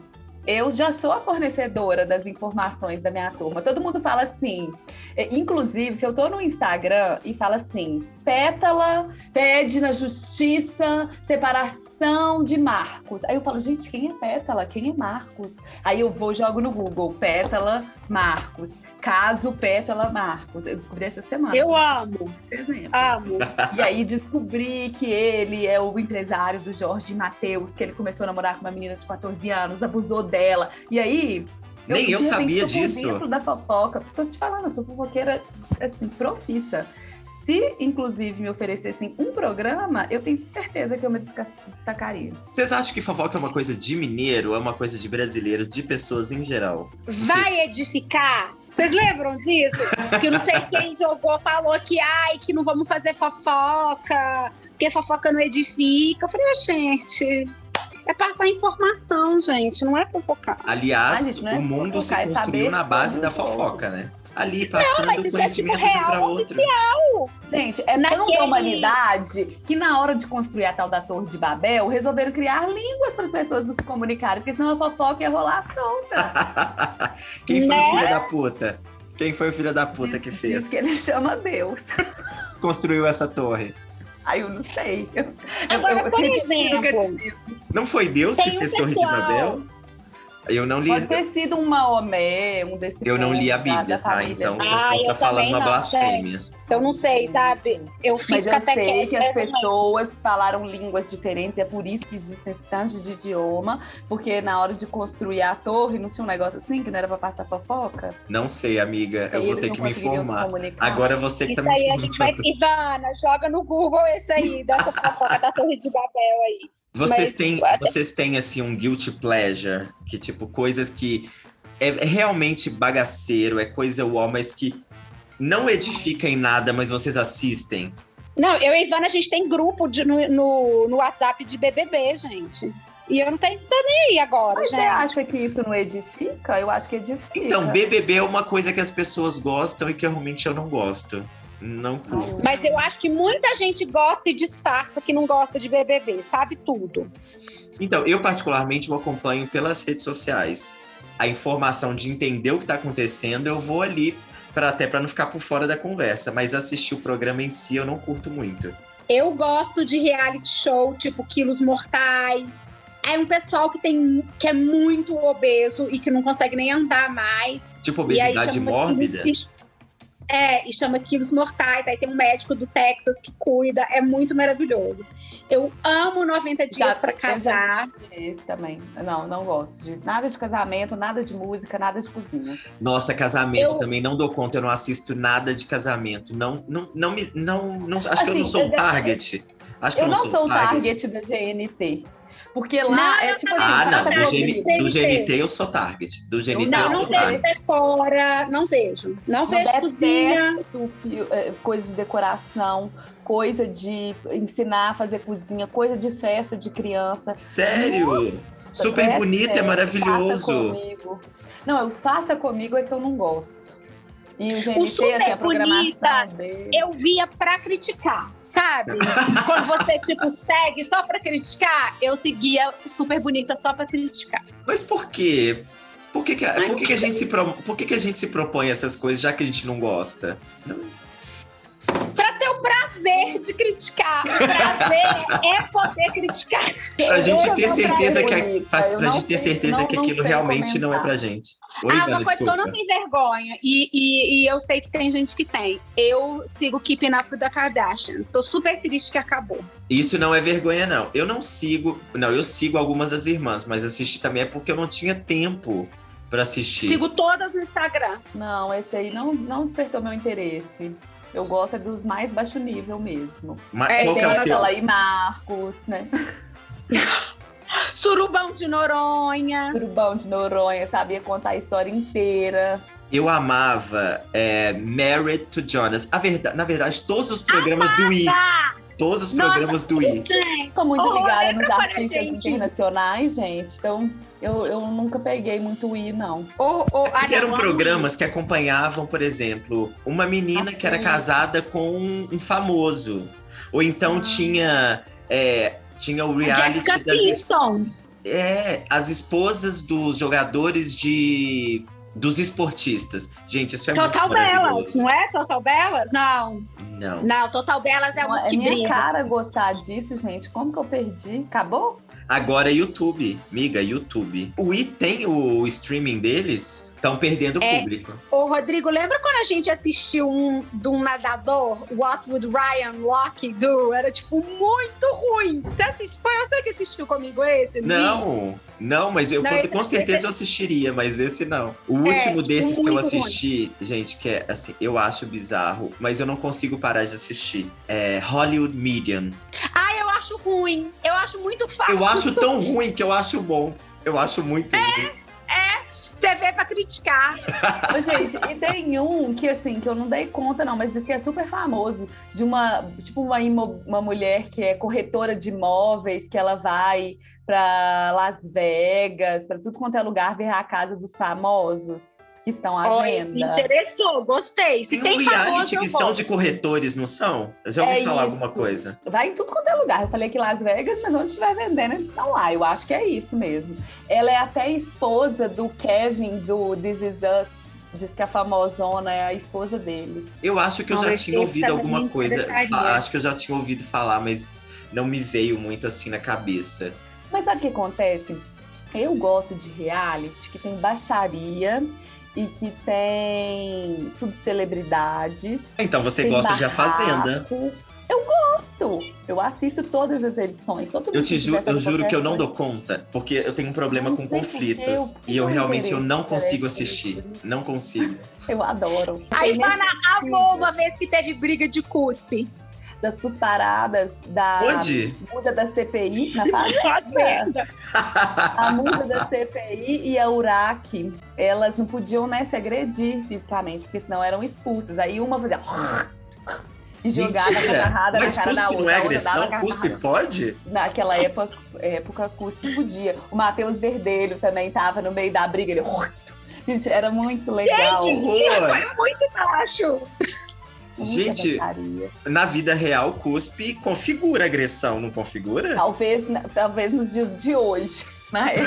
S2: eu já sou a fornecedora das informações da minha turma. Todo mundo fala assim. é, Inclusive, se eu tô no Instagram e fala assim, Pétala pede na justiça separação de Marcos. Aí eu falo, gente, quem é Pétala? Quem é Marcos? Aí eu vou e jogo no Google, Pétala Marcos. Caso Pétala Marcos. Eu descobri essa
S6: "Ah."
S2: semana.
S1: Eu amo,
S2: por exemplo.
S1: amo.
S2: E aí descobri que ele é o empresário do Jorge Matheus, que ele começou a namorar com uma menina de 14 anos, abusou dela. E aí.
S6: Nem
S2: de
S6: eu
S2: repente,
S6: sabia
S2: tô por
S6: disso.
S2: dentro da fofoca. Tô te falando, eu sou fofoqueira, assim, profissa. Se, inclusive, me oferecessem um programa, eu tenho certeza que eu me desca- destacaria.
S6: Vocês acham que fofoca é uma coisa de mineiro, é uma coisa de brasileiro, de pessoas em geral?
S1: Vai edificar? Vocês lembram disso? Que não sei quem jogou, falou que ai, que não vamos fazer fofoca, porque fofoca não edifica. Eu falei, "Ah, gente, é passar informação, gente, não é fofocar.
S6: Aliás,
S2: Ah, gente,
S1: né?
S2: não é
S6: o mundo se
S2: fofocar, é
S6: construiu
S2: saber
S6: na base
S2: sobre
S6: da
S2: o jogo.
S6: fofoca, né? Ali passando
S1: mas isso é,
S6: conhecimento
S1: tipo,
S6: de um pra
S1: real
S6: outro.
S2: Gente, é
S1: Naquele-
S2: tanta humanidade que na hora de construir a tal da Torre de Babel, resolveram criar línguas para as pessoas não se comunicarem, porque senão a fofoca ia rolar solta.
S6: Quem foi
S1: Né?
S6: o filho da puta? Quem foi o filho da puta
S2: Diz-
S6: que
S2: diz
S6: fez?
S2: que ele chama Deus.
S1: é.
S6: Construiu essa torre.
S2: Aí eu não sei. Eu,
S1: Agora, por
S2: repeti no
S1: exemplo,
S2: catecismo.
S6: Não foi Deus
S1: Tem
S6: que
S1: um
S6: fez Torre de
S1: pessoal.
S6: Babel? Eu não li.
S2: Pode ter sido um Maomé, um desse
S6: Eu não
S2: povo
S6: li a
S2: da- da
S6: Bíblia, tá?
S2: família.
S6: Então eu
S1: Ah,
S6: posso
S1: eu
S6: estar falando
S1: também
S6: uma
S1: não,
S6: blasfêmia.
S1: Eu não sei, sabe? Eu fiz
S2: Mas eu sei
S1: catequese
S2: que as
S1: dessa mãe.
S2: pessoas falaram línguas diferentes, e é por isso que existem esse tanto de idioma, porque na hora de construir a torre não tinha um negócio assim que não era pra passar fofoca.
S6: Não sei, amiga. Eu
S2: E
S6: vou
S2: eles
S6: ter
S2: não
S6: que me
S2: conseguiriam se
S6: informar.
S2: comunicar.
S6: Agora você que tá
S1: Isso
S6: me
S1: aí é a gente vai.
S6: informando.
S1: Ivana, joga no Google esse aí, dessa fofoca da Torre de Babel aí.
S6: Vocês
S1: Mas-
S6: têm, vocês têm assim um guilty pleasure, que tipo coisas que é é realmente bagaceiro, é coisa uó, mas que não edifica em nada, mas vocês assistem.
S1: Não, eu e a Ivana, a gente tem grupo de- no, no, no WhatsApp de BBB, gente. E eu não tenho, tô nem aí agora,
S2: Mas você
S1: gente.
S2: acha que isso não edifica? Eu acho que edifica.
S6: Então, BBB é uma coisa que as pessoas gostam e que realmente eu não gosto. Não curto.
S1: Mas eu acho que muita gente gosta e disfarça que não gosta de BBB, sabe tudo.
S6: Então, eu particularmente o acompanho pelas redes sociais. A informação de entender o que tá acontecendo, eu vou ali para até para não ficar por fora da conversa, mas assistir o programa em si eu não curto muito.
S1: Eu gosto de reality show, tipo Quilos Mortais. É um pessoal que, tem, que é muito obeso e que não consegue nem andar mais.
S6: Tipo
S1: E aí
S6: obesidade
S1: chama
S6: mórbida.
S1: quilos- É, e chama quilos mortais. Aí tem um médico do Texas que cuida. É muito maravilhoso. Eu amo 90 dias pra casar.
S2: Esse também. Não, não gosto de nada de casamento, nada de música, nada de cozinha.
S6: Nossa, casamento
S1: Eu-
S6: também não dou conta, eu não assisto nada de casamento. Não, não, não me. Não, não, acho que eu não
S2: Assim,
S6: sou
S2: eu-
S6: o target. Acho que
S2: Eu não sou o target da GNT. Porque lá é tipo assim,
S6: Ah, não.
S2: faça
S6: Do,
S2: comida.
S6: GN
S1: Tem
S6: do
S1: que
S6: GNT eu sou target. Do GNT eu,
S1: Não,
S6: sou
S1: não vejo
S6: target.
S1: decora, não vejo. Não,
S2: Não
S1: vejo cozinha.
S2: detesto fio- eh, coisa de decoração, coisa de ensinar a fazer cozinha, coisa de festa de criança.
S6: Sério? Super
S2: É
S6: bonito,
S2: sério,
S6: é
S2: Faça
S6: maravilhoso.
S2: comigo. Não, eu faça comigo é que eu não gosto. E o GNT,
S1: super
S2: assim, a programação
S1: bonita,
S2: dele.
S1: Eu via pra criticar, sabe? Quando você, tipo, segue só pra criticar, eu seguia super bonita só pra criticar.
S6: Mas por quê? Por que, que, por que, que a gente se pro- por que, que a gente se propõe essas coisas já que a gente não gosta?
S1: Pra ter o prazer de criticar. Prazer é poder criticar.
S6: Pra gente
S2: Eu
S6: ter
S2: não
S6: certeza
S2: sei,
S6: que a-
S2: Bonita,
S6: pra,
S2: Ah, eu
S6: pra
S2: não
S6: gente ter
S2: sei,
S6: certeza
S2: não-
S6: que
S2: não
S6: aquilo
S2: sei
S6: realmente não é
S2: comentar.
S6: pra gente. Oi,
S1: ah,
S6: Ivana,
S1: uma coisa que eu
S6: desculpa.
S1: não tenho vergonha, e, e, e eu sei que tem gente que tem. Eu sigo Keeping Up da Kardashians. Tô super triste que acabou.
S6: Isso não é vergonha, não. Eu não sigo. Não, eu sigo algumas das irmãs, mas assistir também é porque eu não tinha tempo pra assistir.
S1: Sigo todas no Instagram.
S2: Não, esse aí não, não despertou meu interesse. Eu gosto é dos mais baixo nível mesmo.
S6: Mas
S1: É,
S6: qual que
S2: Tem
S6: é o
S2: a
S6: seu?
S2: Laí Marcos, né?
S1: Surubão de Noronha.
S2: Turubão de Noronha, sabia contar a história inteira.
S6: Eu amava é, Married to Jonas. A verda- na verdade, todos os programas do I. Todos os
S1: Nossa,
S6: programas do I.
S1: Tá, Gente,
S2: Tô muito
S1: Olha
S2: ligada nos
S1: pra
S2: artistas
S1: gente.
S2: internacionais, gente. Então, eu, eu nunca peguei muito o I, não.
S1: Ou, ou, ah,
S6: Porque
S1: não,
S6: eram
S1: amo
S6: programas que acompanhavam, por exemplo, uma menina que era
S2: Ah, sim.
S6: casada com um um famoso. Ou então tinha. é, tinha o
S1: isso. Ah. Jessica
S6: reality das, es-
S1: Simpson.
S6: é, as esposas dos jogadores de. dos esportistas. Gente, isso é
S1: Total
S6: muito maravilhoso.
S1: Belas, não é? Total Belas? Não.
S6: Não.
S1: Não, Total Belas é
S2: Não,
S1: uma
S2: É
S1: que
S2: minha
S1: brinca.
S2: cara gostar disso, gente. Como que eu perdi? Acabou?
S6: Agora YouTube, miga, YouTube. O I tem o streaming deles, estão perdendo o
S1: É.
S6: público.
S1: Ô, Rodrigo, lembra quando a gente assistiu um de um nadador, What Would Ryan Locke Do? Era, tipo, muito ruim. Você assistiu? Foi você que assistiu comigo esse?
S6: Não, não, mas eu
S1: Não,
S6: com-
S1: esse-
S6: com certeza eu assistiria, mas esse não. O
S1: É,
S6: último desses que eu
S1: muito ruim.
S6: assisti, gente, que é assim, eu acho bizarro, mas eu não consigo parar de assistir. É Hollywood Medium.
S1: Ah, eu acho ruim. Eu acho muito fácil.
S6: Eu acho tão ruim que eu acho bom. Eu acho muito
S1: É,
S6: ruim.
S1: Você vê pra criticar.
S2: Ô, gente, e tem um que, assim, que eu não dei conta, não, mas diz que é super famoso. De uma, tipo, uma, imo- uma mulher que é corretora de imóveis, que ela vai pra Las Vegas, pra tudo quanto é lugar, ver a casa dos famosos que estão à
S1: Olha, me
S2: venda.
S1: interessou, gostei. Se
S6: Tem,
S1: tem,
S6: um
S1: famoso,
S6: reality
S1: eu
S6: que são
S1: gosto.
S6: de corretores, não são? Eu já ouvi
S2: É
S6: falar
S2: isso.
S6: alguma coisa.
S2: Vai em tudo quanto é lugar. Eu falei que Las Vegas, mas onde estiver vendendo, eles estão lá. Eu acho que é isso mesmo. Ela é até esposa do Kevin do This Is Us. Diz que a famosona é a esposa dele.
S6: Eu acho que eu
S1: Não,
S6: já
S1: esse
S6: tinha ouvido
S1: também
S2: é
S6: alguma
S1: me
S6: coisa.
S1: interessaria.
S6: fa- Acho que eu já tinha ouvido falar, mas não me veio muito assim na cabeça.
S2: Mas sabe o que acontece? Eu gosto de reality que tem baixaria e que tem subcelebridades.
S6: Então você
S2: tem
S6: gosta de A
S2: barraco.
S6: Fazenda.
S2: Eu gosto! Eu assisto todas as edições. Todo
S6: Eu
S2: mundo
S6: te
S2: que
S6: juro,
S2: fizer
S6: eu
S2: essa
S6: juro que eu não
S2: qualquer
S6: dou conta, porque eu tenho um problema
S2: Não
S6: com
S2: sei
S6: conflitos.
S2: por quê, eu-
S6: E eu
S2: não
S6: realmente eu
S2: interesse,
S6: não consigo
S2: interesse.
S6: assistir. Não consigo.
S2: coisa, Eu adoro.
S1: Aí
S2: Tem
S1: vai na a
S2: Netflix.
S1: boa vez que teve briga de cuspe.
S2: das cusparadas, da
S6: Onde?
S2: muda da CPI na fazenda. A muda da CPI e a Uraque, elas não podiam né, se agredir fisicamente, porque senão eram expulsas. Aí uma fazia e jogava a catarrada na
S6: Mas
S2: cara da
S6: cuspe
S2: outra.
S6: não é
S2: a outra dava
S6: agressão?
S2: catarrada.
S6: Cuspe pode?
S2: Naquela época, época cuspe podia. O Matheus Verdelho também tava no meio da briga. Ele... Gente, era muito legal.
S6: Que horror!
S1: Foi muito baixo.
S2: Muita
S6: Gente,
S2: baixaria.
S6: na vida real, cuspe configura agressão, não configura?
S2: Talvez, talvez nos dias de hoje. Mas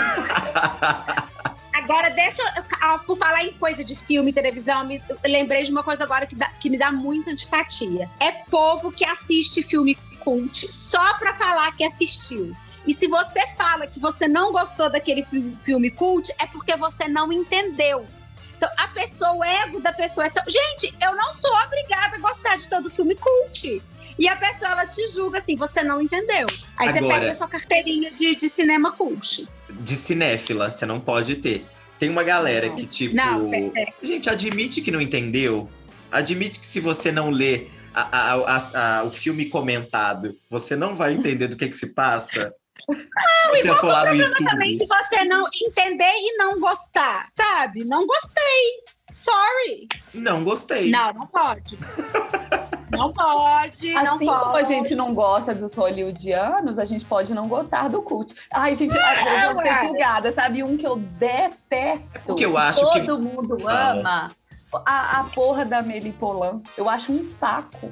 S1: Agora, deixa eu. ah, Por falar em coisa de filme, televisão, me eu lembrei de uma coisa agora que, dá- que me dá muita antipatia. É povo que assiste filme cult só pra falar que assistiu. E se você fala que você não gostou daquele fi- filme cult, é porque você não entendeu. Então, a pessoa, o ego da pessoa é tão. Gente, eu não sou obrigada a gostar de todo filme cult. E a pessoa, ela te julga assim, você não entendeu. Aí
S6: Agora-
S1: você pega a sua carteirinha de, de cinema cult.
S6: De cinéfila, você não pode ter. Tem uma galera
S2: Não.
S6: que, tipo.
S1: Não, é-
S6: Gente, admite que não entendeu. Admite que se você não lê a- a- a- a- o filme comentado, você não vai entender do que, que se passa. Não, se você for lá no
S1: também se
S6: YouTube.
S1: você não entender e não gostar, sabe? Não gostei. Sorry.
S6: Não gostei.
S1: Não, não pode. Não pode, não
S2: assim como a
S1: pode.
S2: gente não gosta dos hollywoodianos, a gente pode não gostar do cult. Ai, gente, eu vou ser
S1: É, ué.
S2: julgada, sabe? Um que eu detesto.
S6: O que É eu acho
S2: todo
S6: que-
S2: mundo
S6: Fala.
S2: ama. A, a porra da Melipolan. Eu acho um saco.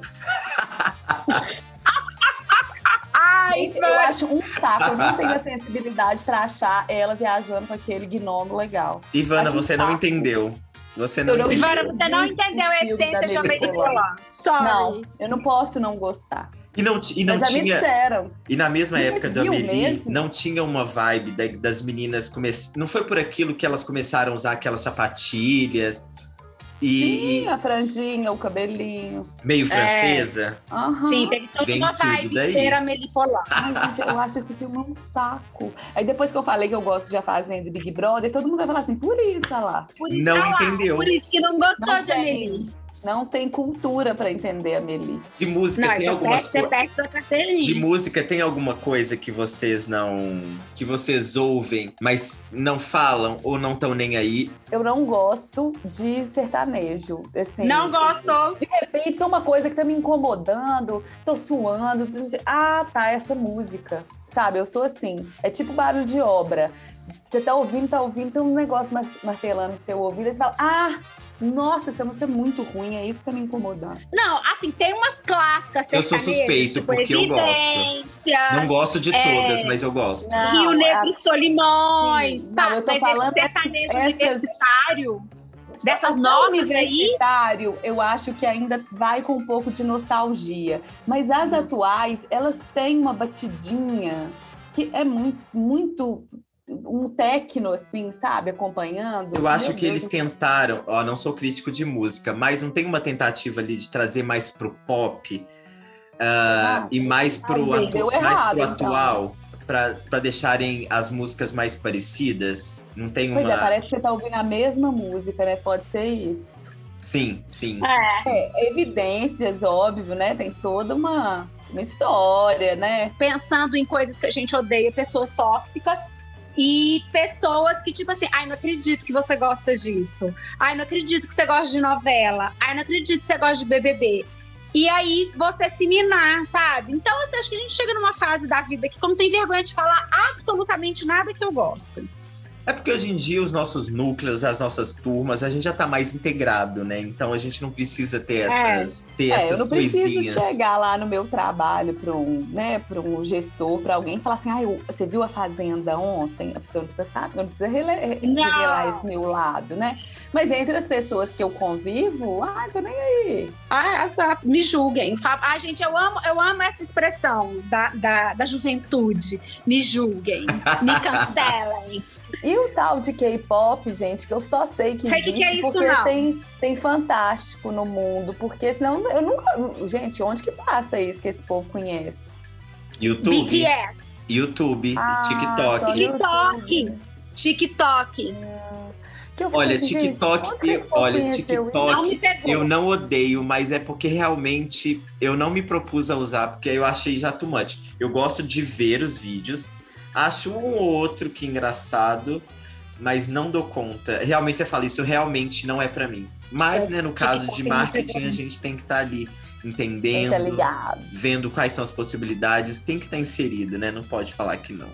S1: Ai,
S2: Gente, eu acho um saco. Eu não tenho a sensibilidade pra achar ela viajando com aquele gnomo legal.
S6: Ivana,
S2: Acho um
S6: você não
S2: saco.
S6: entendeu. Você não
S2: Eu não-
S6: entendeu.
S1: Ivana, você não
S2: Gente,
S1: entendeu a
S2: o filme
S1: essência
S2: da
S1: de Homem de
S2: Nicolau.
S1: Colar. Sorry.
S2: Não, eu não posso não gostar.
S6: E não, ti- e não
S2: Mas já me
S6: tinha.
S2: disseram.
S6: E na mesma
S2: Você
S6: época da
S2: viu
S6: Amelie,
S2: mesmo?
S6: não tinha uma vibe da- das meninas. Come... Não foi por aquilo que elas começaram a usar aquelas sapatilhas e,
S2: Sim, a franjinha, o cabelinho.
S6: e meio francesa?
S2: Aham.
S1: Sim, tem toda
S6: Vem
S1: uma
S6: tudo
S1: vibe
S6: daí.
S1: ser a Melipolar.
S2: Ai, gente, eu acho esse filme um saco. Aí depois que eu falei que eu gosto de A Fazenda e Big Brother, todo mundo vai falar assim, por isso, olha lá.
S1: Por
S6: Não
S1: olha lá,
S6: entendeu.
S1: Por isso que não gostou
S2: Não
S1: de
S2: tem.
S1: Amelie.
S2: Não tem cultura pra entender a Meli.
S6: De música
S1: Não, é
S6: tem
S2: então
S1: você perde,
S6: algumas
S1: você
S6: coisas.
S1: perde sua carteirinha.
S6: De música tem alguma coisa que vocês não. que vocês ouvem, mas não falam ou não estão nem aí.
S2: Eu não gosto de sertanejo. Assim,
S1: Não gosto.
S2: De repente, é uma coisa que tá me incomodando, tô suando. não sei. Ah, tá, essa música. Sabe, eu sou assim. É tipo barulho de obra. Você tá ouvindo, tá ouvindo, tem um negócio mar- martelando no seu ouvido, e você fala, ah, nossa, essa música é muito ruim, é isso que tá me incomodando.
S1: Não, assim, tem umas clássicas
S6: Eu sou
S1: sertanejas,
S6: suspeito,
S1: tipo,
S6: porque eu gosto.
S1: Evidência,
S2: Ah,
S6: Não gosto de
S1: é.
S6: todas, mas eu gosto.
S1: Rio Negro e Solimões.
S2: é assim. Sim,
S1: pá,
S2: não, eu tô
S1: mas
S2: falando é
S1: esse sertanejo
S2: essas-
S1: universitário, dessas
S2: O
S1: novas aí,
S2: universitário, eu acho que ainda vai com um pouco de nostalgia. Mas as
S6: Uhum.
S2: atuais, elas têm uma batidinha que é muito, muito um tecno, assim, sabe? Acompanhando.
S6: Eu acho
S2: Meu
S6: que
S2: Deus
S6: eles
S2: do
S6: tentaram, ó, não sou crítico de música, mas não tem uma tentativa ali de trazer mais pro pop ah,
S2: Ah,
S6: e mais pro,
S2: talvez.
S6: atu-
S2: Deu
S6: mais
S2: errado,
S6: pro
S2: então.
S6: atual, pra para deixarem as músicas mais parecidas. Não tem uma.
S2: Pois é, parece que você tá ouvindo a mesma música, né? Pode ser isso.
S6: Sim, sim.
S2: É, evidências, óbvio, né? Tem toda uma, uma história, né?
S1: pensando em coisas que a gente odeia, pessoas tóxicas. E pessoas que, tipo assim, ai, não acredito que você gosta disso. Ai, não acredito que você gosta de novela. Ai, não acredito que você gosta de BBB. E aí você se minar, sabe? Então, assim, acho que a gente chega numa fase da vida que, como tem vergonha de falar absolutamente nada que eu gosto.
S6: É porque hoje em dia os nossos núcleos, as nossas turmas, a gente já tá mais integrado, né? Então a gente não precisa ter essas, ter
S2: É, eu
S6: essas
S2: não preciso
S6: coisinhas.
S2: chegar lá no meu trabalho para um, né, para um gestor, para alguém e falar assim, ah, eu- você viu a fazenda ontem? A pessoa não precisa saber, não precisa rele- re-
S1: Não.
S2: revelar esse meu lado, né? Mas entre as pessoas que eu convivo, ah, tô nem aí.
S1: Ah, ah, me julguem. Fa- Ai, gente, eu amo, eu amo essa expressão da, da, da juventude. Me julguem, me cancelem.
S2: E o tal de K-pop, gente, que eu só sei que
S1: Sei que
S2: existe
S1: que é isso,
S2: porque
S1: não.
S2: tem tem fantástico no mundo, porque senão eu nunca, gente, onde que passa isso que esse povo conhece?
S6: YouTube,
S1: BTS,
S6: YouTube,
S2: Ah, só
S6: TikTok.
S2: no
S1: TikTok.
S2: YouTube.
S1: TikTok.
S2: Que eu fico
S6: Olha,
S2: assim, gente,
S6: TikTok,
S2: onde que esse povo
S6: olha,
S2: conheceu isso? Tá
S1: Não
S6: TikTok,
S1: me pegou.
S6: eu não odeio, mas é porque realmente eu não me propus a usar, porque eu achei já too much. Eu gosto de ver os vídeos, acho um ou outro que engraçado, mas não dou conta. Realmente você fala, isso realmente não é pra mim. Mas, né, no caso de
S1: TikTok não é pra
S6: marketing, a gente tem que estar ali
S2: Quem tá
S6: entendendo,
S2: ligado?
S6: vendo quais são as possibilidades, tem que estar inserido, né? Não pode falar que não.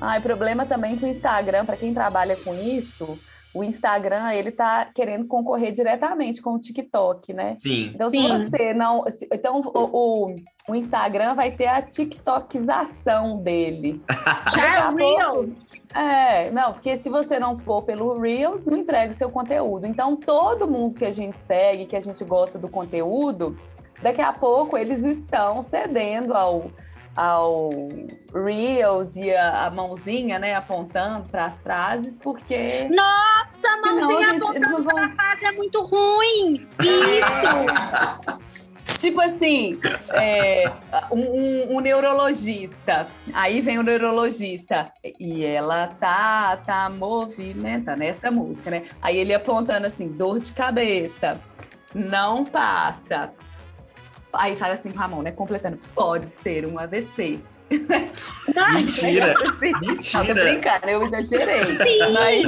S2: Ai, problema também com o Instagram, para quem trabalha com isso, o Instagram, ele tá querendo concorrer diretamente com o TikTok, né?
S6: Sim,
S2: Então, se
S1: Sim.
S2: você não. se- então, o, o, o Instagram vai ter a TikTokização dele.
S1: Já
S2: Daqui
S1: é
S2: a
S1: o
S2: pouco-
S1: Reels.
S2: É, não, porque se você não for pelo Reels, não entrega o seu conteúdo. Então, todo mundo que a gente segue, que a gente gosta do conteúdo, daqui a pouco eles estão cedendo ao, ao Reels e a, a mãozinha, né, apontando para as frases, porque.
S1: Essa
S2: senão,
S1: mãozinha
S2: gente, eles
S1: apontando
S2: não vão.
S1: pra casa é muito ruim. Isso.
S2: Tipo assim, é, um, um- um neurologista. Aí vem o neurologista. E ela tá, tá movimenta nessa música, né? Aí ele apontando assim, dor de cabeça. Não passa. Aí fala assim com a mão, né? Completando, pode ser um AVC. Ah,
S6: Mentira.
S2: Não, tô
S6: mentira.
S2: brincando, eu exagerei. mas,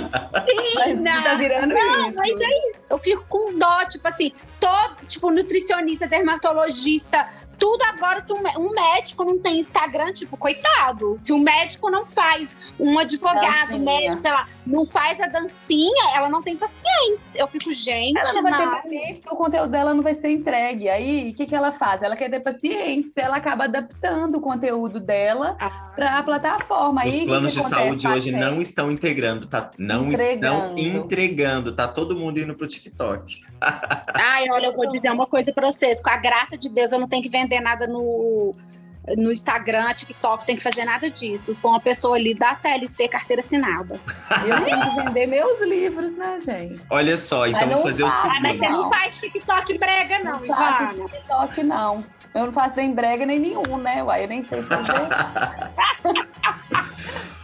S2: mas
S1: não.
S2: tá virando isso.
S1: mas Eu fico com dó, tipo assim, todo, tipo, nutricionista, dermatologista, tudo agora, se um, mé- um médico não tem Instagram, tipo, coitado. Se um médico não faz, um advogado,
S2: Dancinha.
S1: médico, sei lá, não faz a dancinha, ela não tem pacientes. Eu fico, gente,
S2: Ela não vai ter
S1: não.
S2: paciência porque o conteúdo dela não vai ser entregue. Aí, o que, que ela faz? Ela quer ter paciência, ela acaba adaptando o conteúdo dela
S1: Ah.
S2: para a plataforma. Aí, o
S6: Os
S2: que
S6: planos
S2: que
S6: de
S2: acontece
S6: saúde
S2: com a
S6: hoje
S2: gente?
S6: não estão integrando, tá? Não estão
S2: Entregando.
S6: entregando, tá todo mundo indo pro TikTok.
S1: Ai, olha, eu vou dizer uma coisa pra vocês. Com a graça de Deus, eu não tenho que vender nada no, no Instagram, TikTok, tem que fazer nada disso. Com uma pessoa ali da CLT, carteira assinada.
S2: Eu tenho que vender meus livros, né, gente?
S6: Olha só, então
S2: Mas não
S6: vamos
S2: né,
S6: fazer o
S2: faz,
S1: Ah, mas
S6: seguinte.
S1: você
S2: Não.
S1: não faz TikTok brega, não,
S2: não faço
S1: Ivana.
S2: TikTok, não. Eu não faço nem brega nem nenhum, né? Uai, eu nem sei fazer.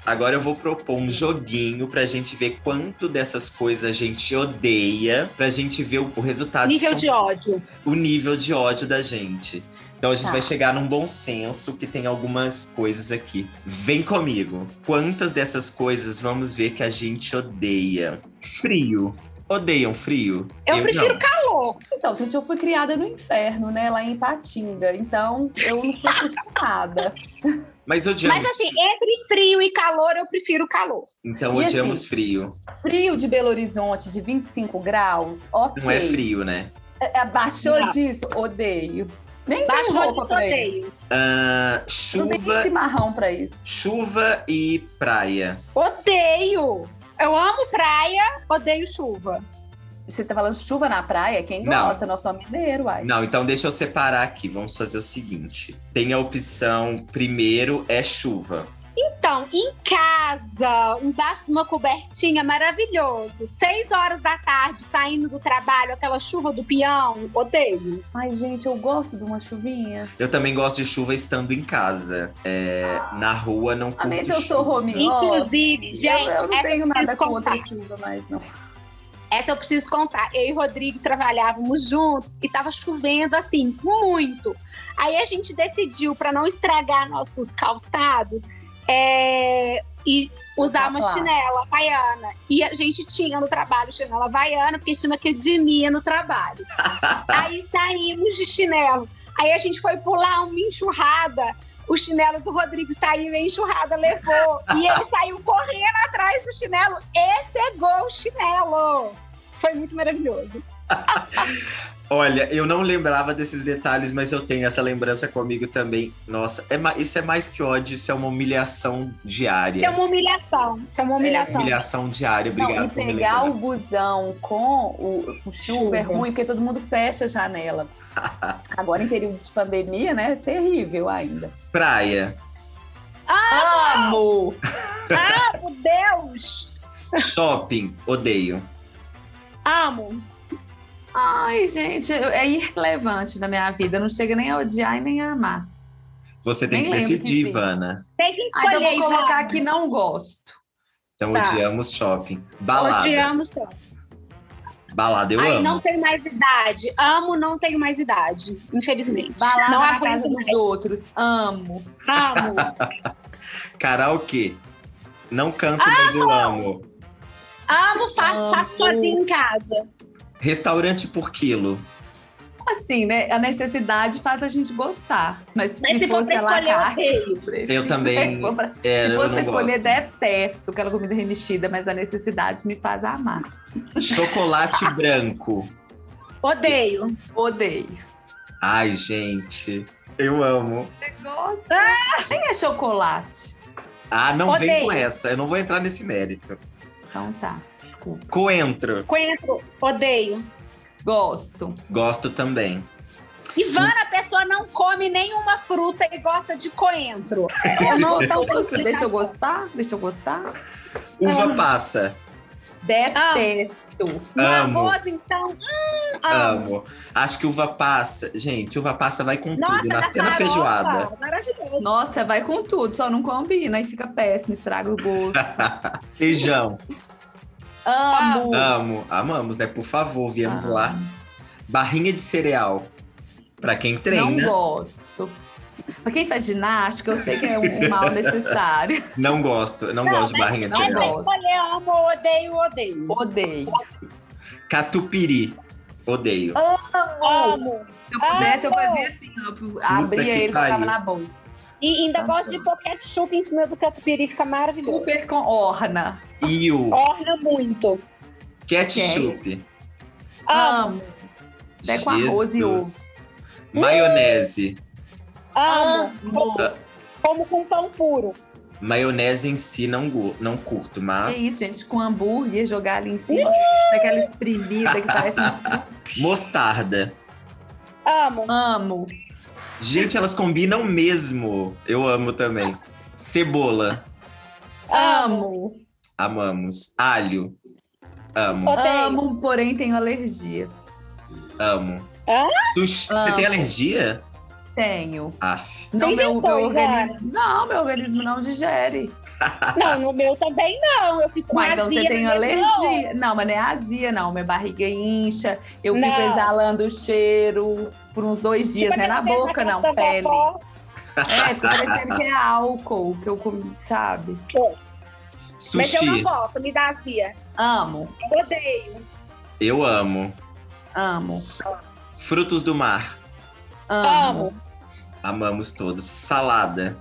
S6: Agora eu vou propor um joguinho pra gente ver quanto dessas coisas a gente odeia, pra gente ver o, o
S2: Tá
S6: resultado.
S1: Nível
S6: são-
S1: de ódio.
S6: o nível de ódio da gente. Então a gente
S2: Tá.
S6: vai chegar num bom senso que tem algumas coisas aqui. Vem comigo. Quantas dessas coisas vamos ver que a gente odeia? Frio. Odeiam frio?
S1: Eu prefiro
S6: não.
S1: calor.
S2: Então, gente, eu fui criada no inferno, né? Lá em Patinga. Então, eu não fui acostumada.
S6: Mas odiamos.
S1: Mas assim, entre frio e calor, eu prefiro calor.
S6: então
S2: é- e
S6: odiamos
S2: assim?
S6: frio.
S2: Frio de Belo Horizonte de 25 graus, ok.
S6: Não é frio, né?
S2: É, é, Baixou
S1: Não.
S2: disso, odeio. Nem tem
S1: Baixou
S2: roupa
S1: de
S2: pra isso.
S1: sorteio.
S6: Ah,
S2: Não tem nem
S6: chuva,
S2: chimarrão pra isso.
S6: chuva e praia.
S1: Odeio. Eu amo praia, odeio chuva.
S2: Você tá falando chuva na praia? Quem
S6: Não.
S2: gosta? Nós somos mineiro, uai.
S6: Não, então deixa eu separar aqui. Vamos fazer o seguinte. Tem a opção primeiro é chuva.
S1: Então, em casa, embaixo de uma cobertinha, maravilhoso. Seis horas da tarde, saindo do trabalho, aquela chuva do peão, odeio.
S2: Ai, gente, eu gosto de uma chuvinha.
S6: Eu também gosto de chuva estando em casa. É, na rua não curto
S2: Realmente eu sou
S6: chuva.
S2: home office.
S1: Inclusive, gente,
S2: eu, eu não
S1: essa
S2: tenho nada
S1: preciso
S2: contra
S1: contar.
S2: chuva mais, não.
S1: Essa eu preciso contar. Eu e o Rodrigo trabalhávamos juntos e tava chovendo assim, muito. Aí a gente decidiu, para não estragar nossos calçados, é, e usar
S2: Usar
S1: uma
S2: plástico.
S1: chinela havaiana. E a gente tinha no trabalho chinela havaiana, porque tinha uma academia no trabalho. Aí saímos de chinelo. Aí a gente foi pular uma enxurrada. O chinelo do Rodrigo saiu e a enxurrada levou. e ele saiu correndo atrás do chinelo e pegou o chinelo. Foi muito
S6: É.
S1: maravilhoso.
S6: Olha, eu não lembrava desses detalhes, mas eu tenho essa lembrança comigo também. Nossa, é ma- isso é mais que ódio, isso é uma humilhação
S1: Isso é
S6: diária.
S1: uma humilhação. Isso é uma humilhação.
S6: Humilhação diária, obrigado
S2: não, e
S6: por me
S2: pegar o
S6: lembrar.
S2: busão com o, com chuva, é
S1: Chuva.
S2: ruim, porque todo mundo fecha a janela. Agora, em período de pandemia, né? É terrível ainda.
S6: Praia.
S1: Ah,
S2: Amo!
S6: É,
S1: Meu Deus!
S6: Shopping, odeio.
S1: Amo.
S2: Ai, gente, eu- é irrelevante na minha vida. Não chega nem a odiar e nem a amar.
S6: Você tem
S2: Nem
S6: que
S2: lembro que
S6: decidir,
S2: existe.
S6: Ivana.
S1: Tem que
S2: Ah, então
S1: escolher.
S2: eu vou colocar
S1: Ivan.
S2: aqui não gosto.
S6: Então
S1: Tá.
S6: odiamos shopping. Balada.
S1: Odiamos só.
S6: Balada eu
S1: Ai,
S6: amo.
S1: não tenho mais idade. Amo, não tenho mais idade. Infelizmente.
S2: Balada
S1: não
S2: na
S1: aguento
S2: casa dos outros. Amo.
S1: Amo.
S6: Karaokê. Não canto, mas eu amo.
S1: Amo, faço,
S2: Amo.
S1: faço sozinho em casa.
S6: Restaurante por quilo.
S2: Assim, né? A necessidade faz a gente gostar. Mas,
S1: Mas se, for pra
S2: à la
S1: escolher, eu
S2: carte,
S1: odeio.
S6: Eu também.
S2: Se for pra-
S6: É,
S2: Se
S6: eu
S2: fosse
S6: não
S2: pra escolher,
S6: gosto.
S2: detesto aquela comida remexida, mas a necessidade me faz amar.
S6: Chocolate branco.
S1: Odeio.
S2: Odeio.
S6: Ai, gente, eu amo.
S2: Você gosta?
S1: Ah!
S2: Nem é chocolate.
S6: Ah, não vem
S1: Odeio.
S6: com essa. Eu não vou entrar nesse mérito.
S2: Então tá, desculpa.
S6: Coentro,
S1: Coentro, odeio.
S2: Gosto.
S6: gosto também.
S1: Ivana, a pessoa não come nenhuma fruta e gosta de coentro. Eu não
S2: Gostoso.
S1: não tenho
S2: Deixa eu gostar? Deixa eu gostar?
S6: Uva passa,
S2: Detesto.
S1: No
S6: Amo.
S1: arroz, então. hum, amo.
S6: amo. Acho que uva passa, gente, uva passa vai com
S1: Nossa,
S6: tudo, na,
S1: na
S6: até na
S1: farofa,
S6: feijoada.
S1: Maravilhoso.
S2: Nossa, vai com tudo, só não combina e fica péssimo, estraga o gosto.
S6: Feijão,
S2: Amo.
S6: amo, amamos, né? Por favor, viemos
S2: Ah,
S6: lá. Barrinha de cereal, pra quem
S2: Não
S6: treina,
S2: gosto. Pra quem faz ginástica, eu sei que é um mal necessário.
S6: não, gosto, eu não, gosto de barrinha de
S2: não
S1: É
S6: cereal.
S1: pra
S2: gosto.
S1: escolher, amo, odeio, odeio.
S2: Odeio.
S6: Catupiri, odeio.
S1: Amo.
S2: Se eu pudesse, eu fazia assim, ó, abria
S6: que
S2: ele e colocava
S6: pariu.
S2: na boca.
S1: E ainda
S2: Amo.
S1: gosto de pôr ketchup em cima do catupiry, fica maravilhoso.
S2: Super com orna.
S6: Io,
S1: Orna muito.
S6: ketchup,
S1: Amo,
S2: Amo. Até com arroz e ovo.
S6: Jesus. Maionese,
S2: Ah.
S1: amo.
S2: Amo.
S1: Como com pão puro.
S6: Maionese em si não, go- não curto, mas.
S2: Que isso, gente, com hambúrguer, jogar ali em cima, daquela espremida que parece um...
S6: Mostarda.
S1: Amo.
S2: Amo.
S6: Gente, elas combinam mesmo. Eu amo também. Cebola.
S2: Amo.
S6: Amamos. Alho. Amo,
S1: Odeio.
S2: Amo, porém tenho alergia.
S6: amo.
S1: Hã?
S6: Sushi. Você
S2: Amo.
S6: tem alergia?
S2: Tenho.
S6: Af.
S2: Não,
S1: Você
S2: meu,
S1: inventou,
S2: meu organismo... não, meu organismo não digere.
S1: Não, no meu também não. Eu fico com
S2: Uai, então você
S1: azia,
S2: tem
S1: né?
S2: alergia. Não, mas não é azia, não. Minha barriga incha, eu fico
S1: Não.
S2: exalando o cheiro por uns dois dias,
S1: Fica
S2: né? Na
S1: parecendo
S2: boca, não,
S1: casa da
S2: pele.
S1: vovó.
S2: É, fica parecendo que é álcool que eu comi, sabe?
S1: Mas eu não
S6: Sushi,
S1: gosto, me dá azia.
S2: Amo,
S1: Eu odeio.
S6: eu amo.
S2: amo,
S6: Frutos do mar,
S2: amo,
S1: Amo.
S6: amamos todos. Salada,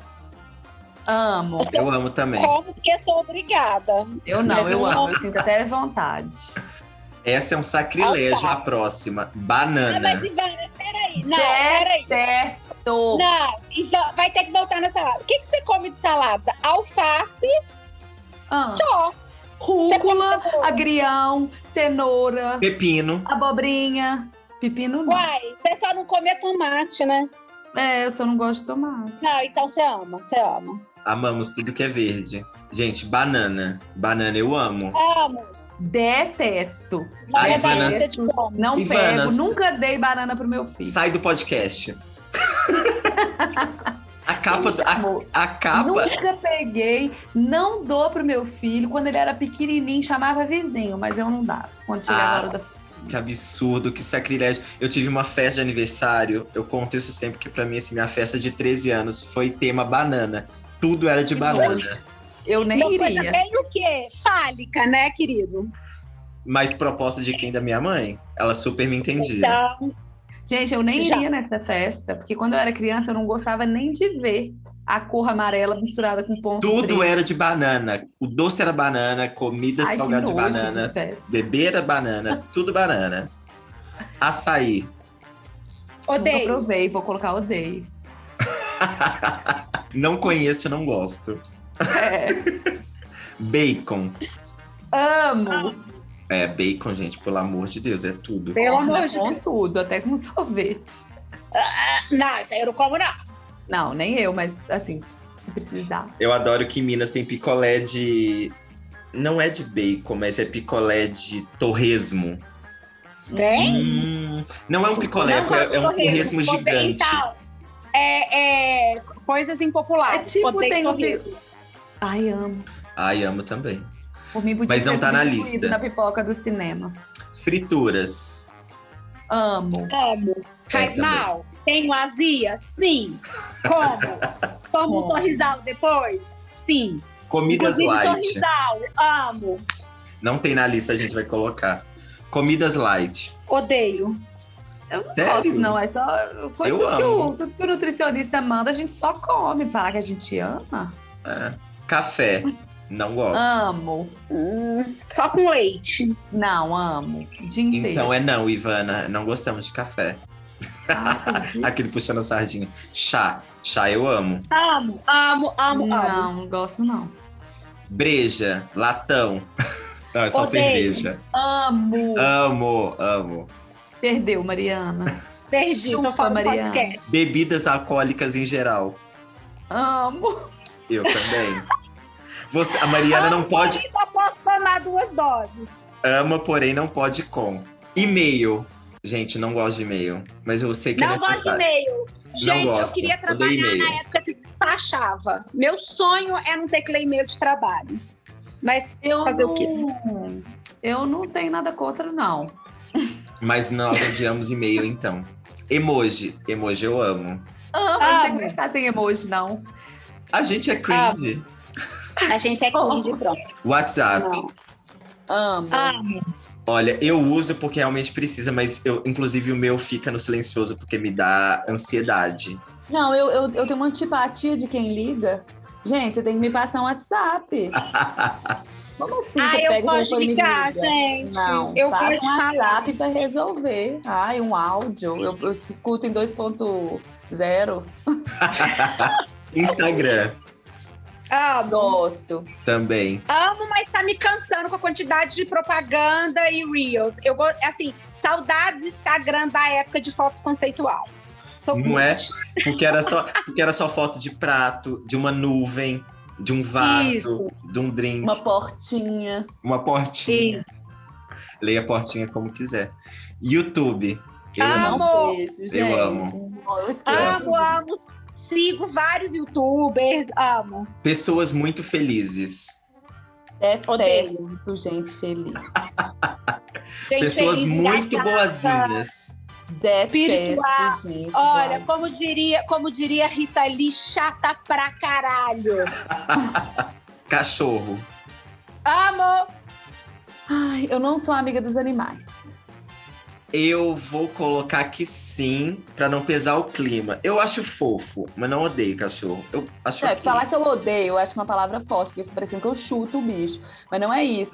S2: amo.
S6: eu amo também.
S1: Como porque sou obrigada.
S2: Eu não, é
S1: Mas
S2: eu
S1: eu não-
S2: amo, eu sinto até vontade.
S6: Essa é um sacrilégio.
S1: Ah,
S6: A próxima,
S1: Ah, mas
S6: banana.
S1: Ivana, peraí. Não, peraí.
S2: Detesto.
S1: Não, Ivan, vai ter que voltar na salada. O que, que você come de salada? Alface
S2: Amo.
S1: só.
S2: Ah, Rúcula,
S1: Você come-
S2: agrião, cenoura,
S6: Pepino,
S2: abobrinha. Pepino não.
S1: Uai, você só não come tomate, né?
S2: É, eu só não gosto de tomate.
S1: Não, então você ama, você ama.
S6: amamos tudo que é verde. Gente, banana. Banana eu amo.
S1: Amo.
S2: Detesto.
S1: Mas
S6: Ai,
S1: é banana
S6: Ivana.
S1: que você te come.
S2: Não
S6: Ivana,
S2: pego,
S6: você-
S2: nunca dei banana pro meu filho.
S6: Sai do podcast. a capa,
S2: Ele
S6: a,
S2: chamou.
S6: a capa.
S2: Nunca peguei, não dou pro meu filho. Quando ele era pequenininho, chamava vizinho, mas eu não dava. Quando chegava
S6: Ah.
S2: a hora da
S6: Que absurdo, que sacrilégio. Eu tive uma festa de aniversário, eu conto isso sempre, que pra mim, assim, minha festa de 13 anos foi tema banana. Tudo era de
S2: Que
S6: banana.
S2: nojo. eu nem
S1: Uma coisa
S2: iria.
S1: é bem o quê? Fálica, né, querido?
S6: Mas proposta de quem? Da minha mãe? Ela super me entendia.
S1: Então,
S2: Gente, eu nem
S1: Já.
S2: iria nessa festa, porque quando eu era criança eu não gostava nem de ver a cor amarela misturada com ponto
S6: Tudo é
S2: preto.
S6: era de banana. O doce era banana, comida
S2: Ai, que
S6: salgada de
S2: nojo
S6: banana,
S2: de festa.
S6: beber era banana, tudo banana. Açaí.
S2: Nunca
S1: odeio.
S2: provei, vou colocar odeio.
S6: Não conheço, não gosto.
S2: É,
S6: Bacon.
S2: amo.
S6: É, bacon, gente, pelo amor de Deus, é tudo.
S1: Pelo amor
S2: Corna
S1: de
S2: com
S1: Deus.
S2: tudo, até com sorvete.
S1: Não, isso aí eu não como, não.
S2: Não, nem eu, mas assim, se precisar.
S6: Eu adoro que em Minas tem picolé de. Não é de bacon, mas é picolé de torresmo.
S1: Tem?
S6: Hum, não é um picolé,
S1: Não
S6: é,
S1: gosto
S6: é um
S1: de
S6: torresmo
S1: Vou ver,
S6: gigante.
S1: então. É, é, coisas impopulares.
S2: É tipo,
S1: Odeio
S2: tem o
S1: sorriso.
S2: Ai, amo.
S6: Ai, amo também.
S2: Por mim, podia
S6: Mas não
S2: ser
S6: tá na
S2: substituído
S6: lista.
S2: na pipoca do cinema.
S6: Frituras.
S2: Amo.
S1: Como? Faz
S6: também.
S1: mal? Tenho azia? Sim. Como? Como um
S2: Como?
S1: sorrisal depois? Sim.
S6: Comidas
S1: Inclusive,
S6: light.
S1: sorrisal, amo.
S6: Não tem na lista, a gente vai colocar. Comidas light.
S1: Odeio.
S2: Eu não
S6: Sério?
S2: gosto, não. É só. Foi
S6: Eu
S2: tudo, que
S6: amo.
S2: o, tudo que o nutricionista manda, a gente só come. Falar que a gente ama.
S6: É. Café. Não gosto.
S2: Amo.
S1: Hum, só com leite.
S2: Não, amo. O dia inteiro.
S6: Então é não, Ivana. Não gostamos de café.
S2: Ah, entendi.
S6: Aquele puxando a sardinha. Chá. Chá eu amo.
S1: Amo, amo, amo, amo.
S2: não, não gosto, não.
S6: Breja. Latão. Não, é só
S1: Odeio.
S6: cerveja.
S2: Amo.
S6: Amo, amo.
S2: Perdeu, Mariana.
S1: Perdi,
S2: Chupa,
S1: tô falando
S2: Mariana.
S1: podcast.
S6: Bebidas alcoólicas em geral.
S2: Amo.
S6: Eu também. Você, a Mariana não pode.
S1: Só posso tomar duas doses.
S6: Ama, porém não pode com. E-mail. Gente, não gosto de e-mail. Mas eu sei que é
S1: não gosto de
S6: necessário.
S1: e-mail. Gente,
S6: gosto.
S1: eu queria
S6: Odeio
S1: trabalhar
S6: e-mail.
S1: na época que despachava. Meu sonho é não ter que ler e-mail de trabalho. Mas
S2: Eu
S1: Fazer
S2: não...
S1: o quê?
S2: Eu não tenho nada contra, não.
S6: Mas nós odiamos e-mail, então. Emoji. Emoji eu amo.
S2: Amo. A gente
S1: Amo.
S2: não está sem emoji, não.
S6: A gente é
S1: Ah,
S6: cringe.
S1: a gente é cringe, pronto.
S6: WhatsApp.
S1: Não. Ah,
S2: Amo.
S1: Amo.
S6: Olha, eu uso porque realmente precisa, mas eu, inclusive o meu fica no silencioso porque me dá ansiedade.
S2: Não, eu, eu, eu tenho uma antipatia de quem liga. Gente, você tem que me passar um WhatsApp. Como assim?
S1: Ah,
S2: você
S1: eu
S2: pega o
S1: gosto
S2: telefone
S1: de
S2: e me
S1: ligar,
S2: liga?
S1: gente.
S2: Não,
S1: eu
S2: passa
S1: gosto
S2: um
S1: de falar.
S2: WhatsApp para resolver. Ai, um áudio. Eu, eu te escuto em 2.0.
S6: Instagram
S1: Amo.
S2: Gosto.
S6: também.
S1: Amo, mas tá me cansando com a quantidade de propaganda e reels. Eu gosto, assim, saudades Instagram da época de foto conceitual. Sou
S6: Não é?
S1: cult.
S6: Porque era só, porque era só foto de prato, de uma nuvem, de um vaso,
S1: Isso.
S6: de um drink, uma,
S2: Uma portinha.
S6: portinha. Leia a portinha como quiser. YouTube. Eu
S1: Ah,
S6: amo.
S1: Amo.
S2: Beijo, gente.
S6: Eu amo.
S2: é Não, Eu esqueço.
S1: Amo, amo. sigo vários youtubers, amo.
S6: Pessoas muito felizes.
S2: Detesto gente feliz.
S1: Gente é
S6: Pessoas
S1: feliz,
S6: muito
S1: engraçada.
S6: boazinhas.
S1: Espiritual.
S2: Detesto gente.
S1: Olha,
S2: boa.
S1: como diria, como diria Rita Lee, chata pra caralho.
S6: Cachorro.
S1: Amo!
S2: Ai, eu não sou amiga dos animais.
S6: Eu vou colocar que sim, pra não pesar o clima. Eu acho fofo, mas não odeio cachorro. Eu acho
S2: É,
S6: ok.
S2: falar que eu odeio, eu acho uma palavra forte, porque fica parecendo que eu chuto o bicho. Mas não é isso.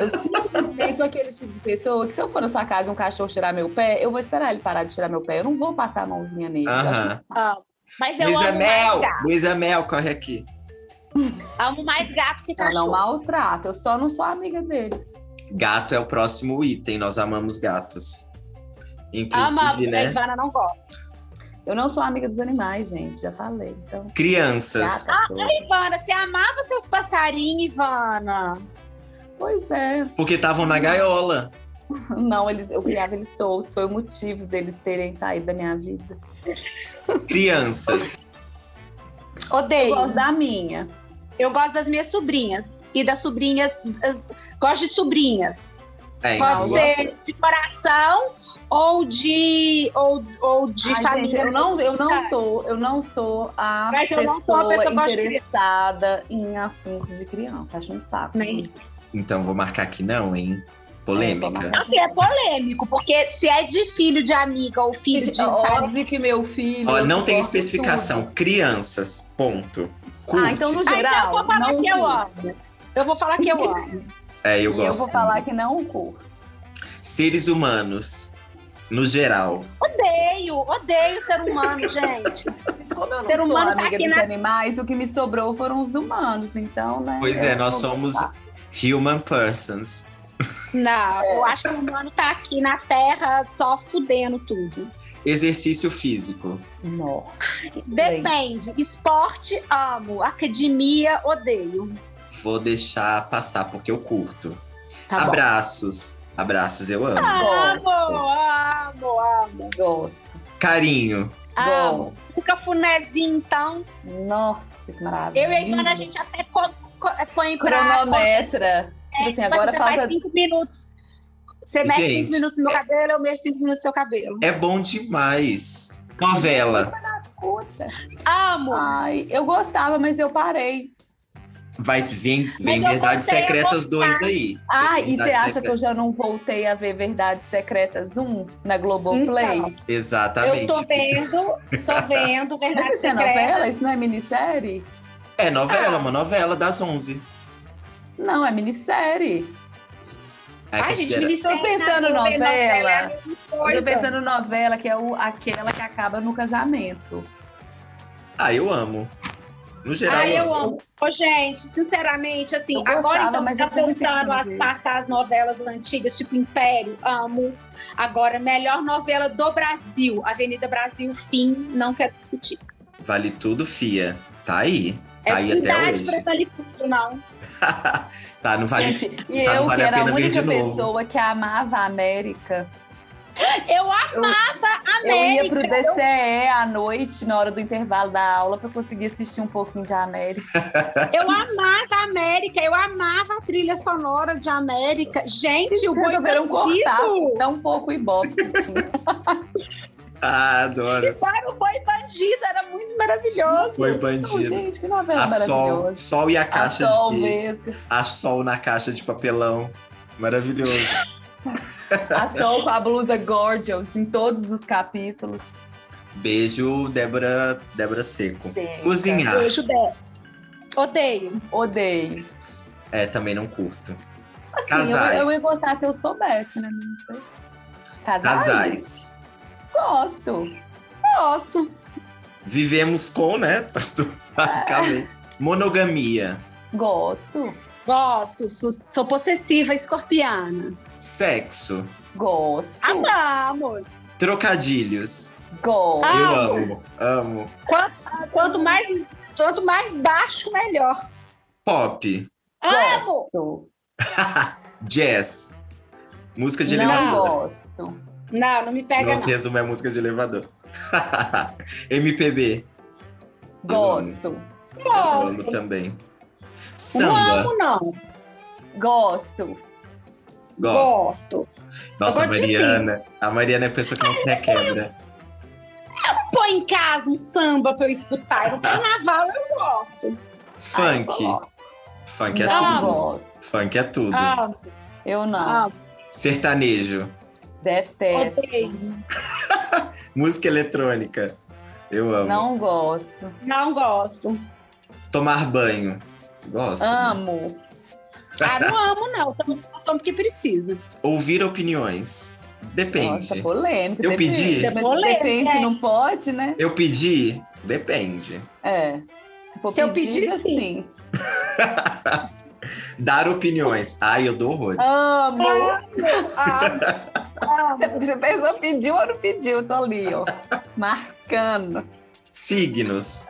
S2: Eu simplesmente sou aquele tipo de pessoa que se eu for na sua casa e um cachorro tirar meu pé, eu vou esperar ele parar de tirar meu pé. Eu não vou passar a mãozinha nele. Eu
S6: Aham.
S2: acho um saco.
S1: Amo. Mas eu
S6: Luísa
S1: amo
S6: Mel!
S1: mais gato.
S6: Luísa Mel, corre aqui.
S1: Amo mais gato que
S2: Eu Tá, não
S1: cachorro.
S2: maltrato, eu só não sou amiga deles.
S6: Gato é o próximo item, nós amamos gatos. Inclusive,
S1: Amamos, a
S6: né?
S1: Ivana não gosta.
S2: Eu não sou amiga dos animais, gente, já falei. Então,
S6: Crianças.
S2: gata, cachorro.
S1: Ivana, você amava seus passarinhos, Ivana?
S2: Pois é.
S6: Porque estavam na gaiola.
S2: Não, eles, eu criava eles soltos, foi o motivo deles terem saído da minha vida.
S6: Crianças.
S1: Odeio.
S2: Eu gosto da minha.
S1: Eu gosto das minhas sobrinhas. E das sobrinhas. das- Gosto de sobrinhas.
S6: Bem,
S1: Pode
S6: eu
S1: ser de coração ou de. ou, ou de
S2: Ai,
S1: família.
S2: gente, eu não, eu não sou, eu não sou a
S1: é Mas eu
S2: pessoa,
S1: não sou a pessoa que gosta de criança.
S2: interessada em assuntos de criança. Acho um saco.
S1: Nem
S6: Então vou marcar que não, hein?
S2: É, vou
S6: Polêmica.
S1: Não, Assim, é polêmico, porque se é de filho de amiga ou filho de. parente-
S2: é Óbvio que meu filho.
S6: Ó, não
S2: eu
S6: tem
S2: gosto de
S6: especificação. Crianças. Ponto.
S2: tudo. Ah,
S6: Curto.
S2: então no
S1: Ah, então eu
S2: geral.
S1: vou falar
S2: não
S1: que eu
S2: curto.
S1: amo. Eu vou falar que eu amo.
S6: É, eu
S2: E eu
S6: gosto.
S2: vou falar que não curto.
S6: Seres humanos. No geral.
S1: Odeio, odeio ser humano, gente.
S2: Como eu não
S1: Ser
S2: sou
S1: humano tá
S2: amiga
S1: aqui
S2: dos
S1: na-
S2: animais, o que me sobrou foram os humanos, então, né?
S6: Pois é,
S2: eu
S6: nós
S2: vou
S6: somos
S2: gostar.
S6: human persons.
S1: Não, eu acho que o humano tá aqui na Terra só fudendo tudo.
S6: Exercício físico.
S2: Nossa.
S1: Depende. Esporte, amo. Academia, odeio.
S6: Vou deixar passar porque eu curto.
S1: Tá bom.
S6: Abraços. Abraços, eu amo.
S1: Amo,
S2: Gosto,
S1: amo, amo.
S2: gosto.
S6: Carinho.
S1: amo.
S2: Gosto.
S1: Um cafunézinho, então.
S2: Nossa, que maravilha.
S1: Eu e a Ivana, a gente até co- co- é, põe pra...
S2: cronometra. Tipo assim,
S1: Mas
S2: agora
S1: você
S2: falta
S1: faz cinco minutos. Você mexe
S6: Gente.
S1: cinco minutos no meu cabelo, eu mexo cinco minutos no seu cabelo.
S6: É bom demais. Novela.
S2: Puta.
S1: Amo.
S2: Ai, eu gostava, mas eu parei.
S6: Vai, vem, vem
S1: eu
S6: Verdades
S1: voltei a
S6: Secretas 2 aí.
S2: Ah, e
S6: Verdades
S2: você acha que eu
S6: Secretas.
S2: já não voltei a ver Verdades Secretas 1 na Globoplay?
S1: Então, eu
S6: Exatamente.
S1: tô vendo, tô vendo,
S2: Mas
S1: verdade
S2: isso é novela? Isso não é minissérie?
S6: É
S1: Ah.
S6: novela, uma novela das 11.
S2: Não, é minissérie.
S6: É
S1: Ai, gente,
S6: considera-
S1: minissérie
S2: Tô pensando
S1: na
S2: novela.
S1: é a mesma
S2: Eu
S1: coisa.
S2: tô pensando novela, que é o, aquela que acaba no casamento.
S6: Ah, eu amo. No geral,
S1: Ai, eu
S6: amo.
S1: amo. Ô, gente, sinceramente, assim,
S2: Eu
S1: agora
S2: gostava,
S1: então
S2: mas
S1: tá
S2: eu tenho muito
S1: voltando
S2: tempo
S1: a
S2: de ver.
S1: passar as novelas antigas, tipo Império, amo. Agora, melhor novela do Brasil, Avenida Brasil, fim, não quero discutir.
S6: Vale tudo, Fia. Tá aí.
S1: É
S6: Tá aí até
S1: verdade pra
S6: hoje.
S1: valer tudo, não.
S6: tá, não vale.
S2: Gente, e
S6: tá, não
S2: eu
S6: vale a
S2: que era a
S6: pena ver
S2: única
S6: de novo.
S2: pessoa que amava a América.
S1: Eu amava América.
S2: Eu ia pro DCE à noite, na hora do intervalo da aula, pra conseguir assistir um pouquinho de América.
S1: Eu amava a América, eu amava a trilha sonora de América. Gente, o
S2: Eles resolveram cortar,
S1: bandido!
S2: dar tá um pouco Tipo, o ibope que tinha.
S6: Ah, adoro.
S1: Para o boi bandido, era muito maravilhoso.
S6: Foi
S2: Então,
S6: bandido.
S2: gente, que
S1: É,
S2: novela
S6: A sol,
S2: maravilhosa.
S6: sol e a
S2: A
S6: caixa
S2: Sol,
S6: de.
S2: Vesga.
S6: A sol na caixa de papelão. Maravilhoso.
S2: A Sol com a blusa gorgeous em todos os capítulos.
S6: Beijo, Débora, Débora Seco. Cozinhar.
S1: Beijo dela. Odeio.
S2: Odeio.
S6: É, também não curto.
S2: Assim,
S6: Casais.
S2: Eu, eu ia gostar se eu soubesse, né? Não sei. Casais?
S6: Casais.
S2: Gosto.
S1: Gosto.
S6: Vivemos com, né? Tanto- Basicamente. Monogamia.
S2: Gosto.
S1: Gosto. Sou, sou possessiva escorpiana.
S6: Sexo.
S2: Gosto.
S1: Amamos.
S6: Trocadilhos.
S2: Gosto.
S1: Ah.
S6: Eu
S1: Amo.
S6: amo, amo.
S1: Quanto mais, quanto mais baixo, melhor.
S6: Pop.
S1: Amo.
S2: Gosto.
S6: Jazz. Música de
S2: Não
S6: elevador.
S2: gosto.
S1: Não, não me pega
S6: Nosso
S1: não.
S6: resumo é música de elevador. MPB.
S2: Gosto.
S6: Eu
S1: Gosto.
S6: amo também.
S1: Não
S6: Samba,
S1: amo, não.
S2: Gosto.
S6: gosto.
S1: Gosto.
S6: Nossa, a
S1: gosto de
S6: Mariana. A Mariana é a pessoa que não se requebra.
S1: Põe em casa um samba pra eu escutar. No carnaval eu gosto.
S6: Funk. Funk é
S2: não
S6: tudo.
S2: gosto.
S6: Funk é tudo.
S1: Ah,
S2: Eu não.
S1: ah,
S6: Sertanejo.
S2: Detesto.
S1: odeio.
S6: Música eletrônica. Eu amo.
S2: Não gosto.
S1: Não gosto.
S6: Tomar banho. Gosto.
S2: Amo.
S1: Ah, não amo, não. Tomo, tomo porque precisa.
S6: Ouvir opiniões. Depende.
S2: Nossa, polêmico.
S6: Eu
S2: depende.
S6: pedi.
S2: Mas
S1: Polêmica,
S2: depende,
S1: é.
S2: não pode, né?
S6: Eu pedi? Depende.
S2: É. Se for
S1: Se eu
S2: pedir,
S1: pedir,
S2: assim.
S6: Dar opiniões. Ai, eu dou horrores.
S2: Amo.
S1: Ah,
S2: Você pensou, pediu ou não pediu? Tô ali, ó. Marcando.
S6: Signos.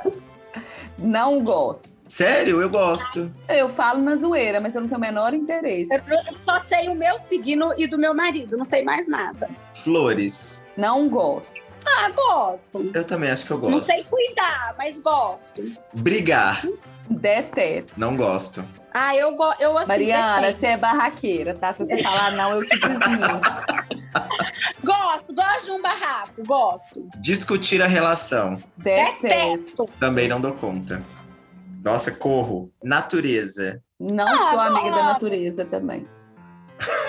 S2: Não gosto.
S6: Sério, eu gosto.
S2: Eu falo na zoeira, mas eu não tenho o menor interesse.
S1: eu só sei o meu signo e do meu marido, não sei mais nada.
S6: Flores.
S2: Não gosto.
S1: Ah, gosto.
S6: Eu também acho que eu
S1: Não
S6: gosto.
S1: sei cuidar, mas gosto.
S6: Brigar.
S2: Detesto.
S6: Não gosto.
S1: Ah, eu, go eu assim,
S2: Mariana,
S1: defendo.
S2: você é barraqueira, tá? Se você falar não, eu te desminto.
S1: Gosto, gosto de um barraco, gosto.
S6: Discutir a relação.
S2: Detesto.
S1: Detesto.
S6: Também não dou conta. Nossa, corro. Natureza.
S2: Não
S1: Ah,
S2: sou amiga da
S1: não.
S2: natureza também.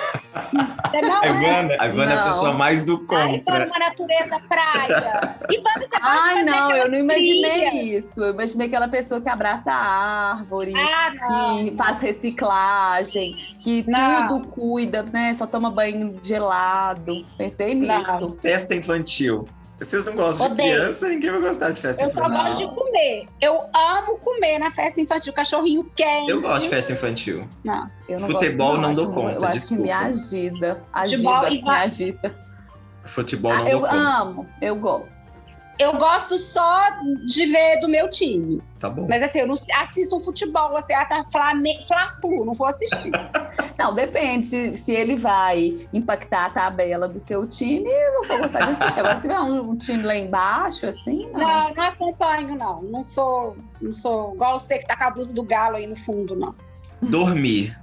S1: Você não
S6: A
S1: é?
S6: Ivana, a Ivana é a
S2: Não.
S6: pessoa mais do
S1: Ai, tô
S6: contra.
S1: numa natureza praia. E quando você pode
S2: Ai,
S1: fazer
S2: não, eu não imaginei
S1: trilha.
S2: isso. Eu imaginei aquela pessoa que abraça a árvore,
S1: Ah, não.
S2: que faz reciclagem, que
S1: Não.
S2: tudo cuida, né? Só toma banho gelado. Pensei
S1: Não.
S2: nisso.
S6: Festa infantil. Vocês não gostam de
S1: Odeio.
S6: criança, ninguém vai gostar de festa
S1: Eu só
S6: infantil.
S1: gosto de comer. Eu amo comer na festa infantil. Cachorrinho quente.
S6: Eu gosto é. de festa infantil.
S2: Eu não
S6: Futebol
S2: gosto,
S6: não
S2: acho
S6: dou
S2: ruim.
S6: conta,
S2: Eu acho que me
S6: desculpa.
S2: agita.
S1: Futebol
S2: Agita,
S1: e
S2: me
S1: va-
S2: agita.
S6: Futebol
S2: Ah,
S6: não dou
S2: eu
S6: conta.
S2: amo, eu gosto.
S1: Eu gosto só de ver do meu time.
S6: Tá bom.
S1: Mas assim, eu não assisto um futebol, assim, ah, tá Flame... Fla-Flu, não vou assistir.
S2: Não, depende. Se, se ele vai impactar a tabela do seu time, eu não vou gostar de assistir. Agora, se tiver um, um time lá embaixo, assim, não.
S1: não, não acompanho, não. Não sou, não sou igual você que tá com a blusa do galo aí no fundo, não.
S6: Dormir.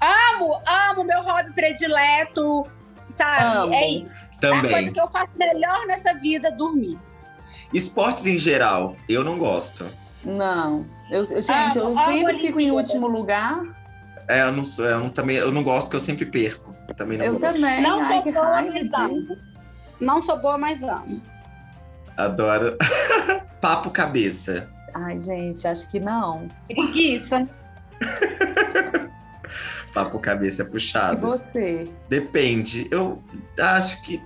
S1: Amo, amo meu hobby predileto, sabe?
S2: Amo.
S1: É isso. A coisa
S6: Também.
S1: que eu faço melhor nessa vida é dormir.
S6: Esportes em geral, eu não gosto.
S2: Não. Eu, eu- gente, eu
S1: Amo, amo
S2: sempre fico em
S1: Olimpíada.
S2: último lugar.
S6: É, eu não, sou- eu não- também, eu não gosto que eu sempre perco. Eu Também não
S2: eu
S6: gosto.
S2: também.
S1: Não
S2: É, Ai,
S1: sou
S2: que
S1: boa,
S2: raiva
S1: mas
S2: disso.
S1: amo. Não sou boa, mas amo.
S6: Adoro. Papo cabeça.
S2: Ai, gente, acho que não.
S1: Preguiça.
S6: Papo cabeça é
S2: E
S6: puxado.
S2: você?
S6: Depende. Eu acho que.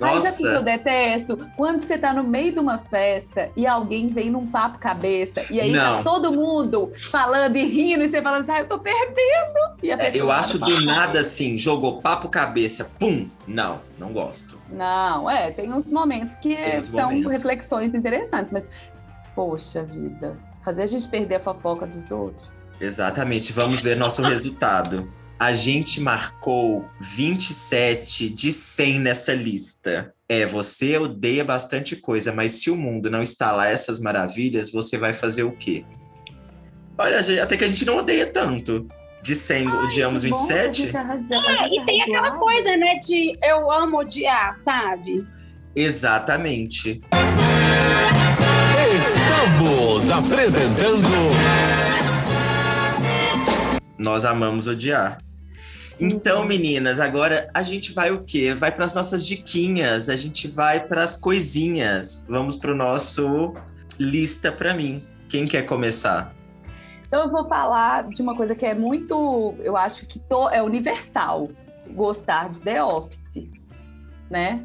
S2: Mas assim, aqui que eu
S6: Nossa,
S2: detesto, quando você tá no meio de uma festa e alguém vem num papo cabeça, e aí tá
S6: Não.
S2: todo mundo falando e rindo, e você fala assim, ah, eu tô perdendo. E a
S6: é,
S2: pessoa
S6: eu
S2: tá
S6: acho
S2: no
S6: do
S2: papo
S6: nada assim, jogou papo cabeça, pum. Não, não gosto.
S2: Não, é, tem uns momentos que
S6: Tem uns
S2: são
S6: momentos.
S2: reflexões interessantes, mas poxa vida, fazer a gente perder a fofoca dos outros.
S6: Exatamente. Vamos ver nosso resultado. A gente marcou 27 de 100 nessa lista. É, você odeia bastante coisa, mas se o mundo não instalar essas maravilhas, você vai fazer o quê? Olha, gente, até que a gente não odeia tanto. De 100, odiamos
S2: Que bom que a
S6: 27?
S2: gente arrasa- a gente
S1: É, e tem
S2: arrasou
S1: aquela
S2: algo.
S1: coisa, né, de eu amo odiar, sabe?
S6: Exatamente.
S5: Estamos apresentando
S6: Nós amamos odiar. Então,
S2: Uhum.
S6: meninas, agora a gente vai o quê? Vai para as nossas diquinhas, a gente vai para as coisinhas. Vamos pro nosso lista pra mim. Quem quer começar?
S2: Então eu vou falar de uma coisa que é muito, eu acho que to- é universal, gostar de The Office, né?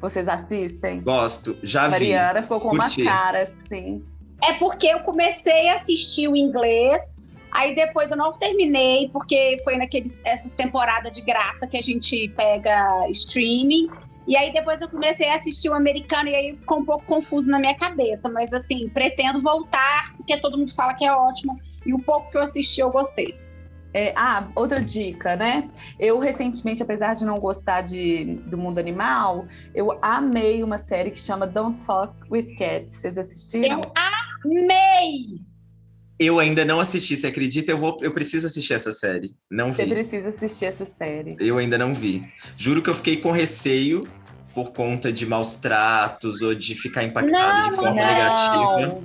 S2: Vocês assistem?
S6: Gosto, já vi.
S2: Mariana ficou com
S6: Curti.
S2: uma cara assim.
S1: É porque eu comecei a assistir o inglês, aí depois eu não terminei, porque foi naqueles essas temporadas de graça que a gente pega streaming. E aí depois eu comecei a assistir o americano e aí ficou um pouco confuso na minha cabeça. Mas assim, pretendo voltar, porque todo mundo fala que é ótimo. E o pouco que eu assisti, eu gostei.
S2: É, ah, outra dica, né? Eu recentemente, apesar de não gostar de, do mundo animal, eu amei uma série que chama Don't Fuck with Cats. Vocês
S1: Eu
S2: assistiram?
S1: amei! May!
S6: Eu ainda não assisti, você acredita? Eu, vou, eu preciso assistir essa série. Não
S2: Você
S6: vi.
S2: precisa assistir essa série.
S6: Eu ainda não vi. Juro que eu fiquei com receio por conta de maus tratos ou de ficar impactado de forma negativa.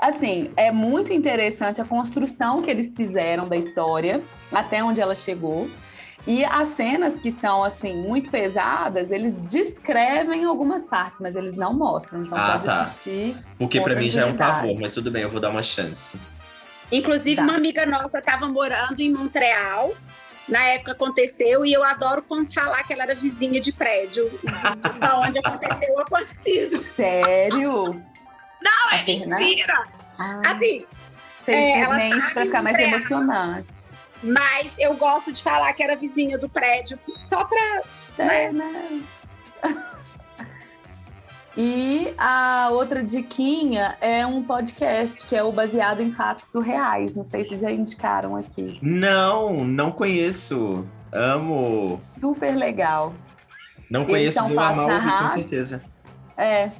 S2: Assim, é muito interessante a construção que eles fizeram da história, até onde ela chegou. E as cenas que são, assim, muito pesadas, eles descrevem algumas partes, mas eles não mostram. Então
S6: Ah,
S2: pode
S6: tá.
S2: assistir.
S6: Porque
S2: Com
S6: pra mim já é um
S2: tranquilidade.
S6: pavor, mas tudo bem, eu vou dar uma chance.
S1: Inclusive,
S2: Tá.
S1: uma amiga nossa estava morando em Montreal. Na época aconteceu, e eu adoro quando falar que ela era vizinha de prédio. da onde aconteceu, eu preciso.
S2: Sério? Não,
S1: É mentira!
S2: Né? Ah,
S1: Assim, é, ela
S2: simplesmente
S1: sabe é.
S2: pra ficar mais
S1: entregar.
S2: emocionante.
S1: mas eu gosto de falar que era vizinha do prédio, só pra.
S2: É, né? E a outra diquinha é um podcast que é o baseado em fatos surreais. Não sei se já indicaram aqui.
S6: Não, não conheço. Amo.
S2: Super legal.
S6: Não
S2: Eles
S6: conheço,
S2: são
S6: vou amar
S2: fáceis na
S6: ouvir, com
S2: rádio.
S6: certeza.
S2: É.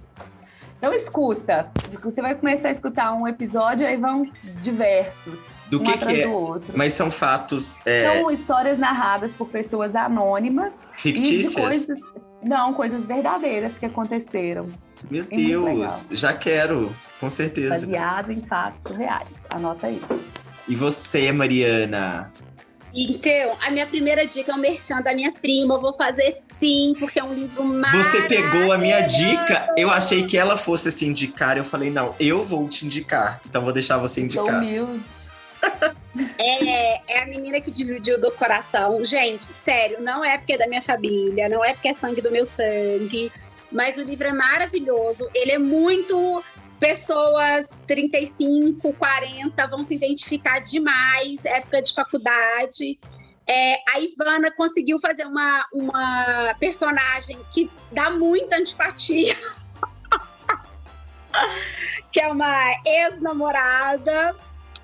S2: Então escuta. Você vai começar a escutar um episódio aí vão diversos.
S6: Do
S2: um
S6: que
S2: atrás
S6: que é?
S2: do outro.
S6: Mas são fatos é,
S2: São histórias narradas por pessoas anônimas e de
S6: fictícias?
S2: coisas. Não, coisas verdadeiras que aconteceram.
S6: Meu
S2: muito
S6: Deus, já quero, com certeza.
S2: Baseado em fatos surreais. Anota aí.
S6: E você, Mariana?
S1: Então, a minha primeira dica é o merchan da minha prima. Eu vou fazer sim, porque é um livro maravilhoso.
S6: Você pegou a minha dica. Eu achei que ela fosse se indicar. Eu falei, não, eu vou te indicar. Então vou deixar você
S2: Sou
S6: indicar.
S2: humilde.
S1: É a menina que dividiu do coração. Gente, sério, não é porque é da minha família, não é porque é sangue do meu sangue, mas o livro é maravilhoso. Ele é muito. Pessoas 35, 40 vão se identificar demais, época de faculdade. É, a Ivana conseguiu fazer uma, uma personagem que dá muita antipatia. que é uma ex-namorada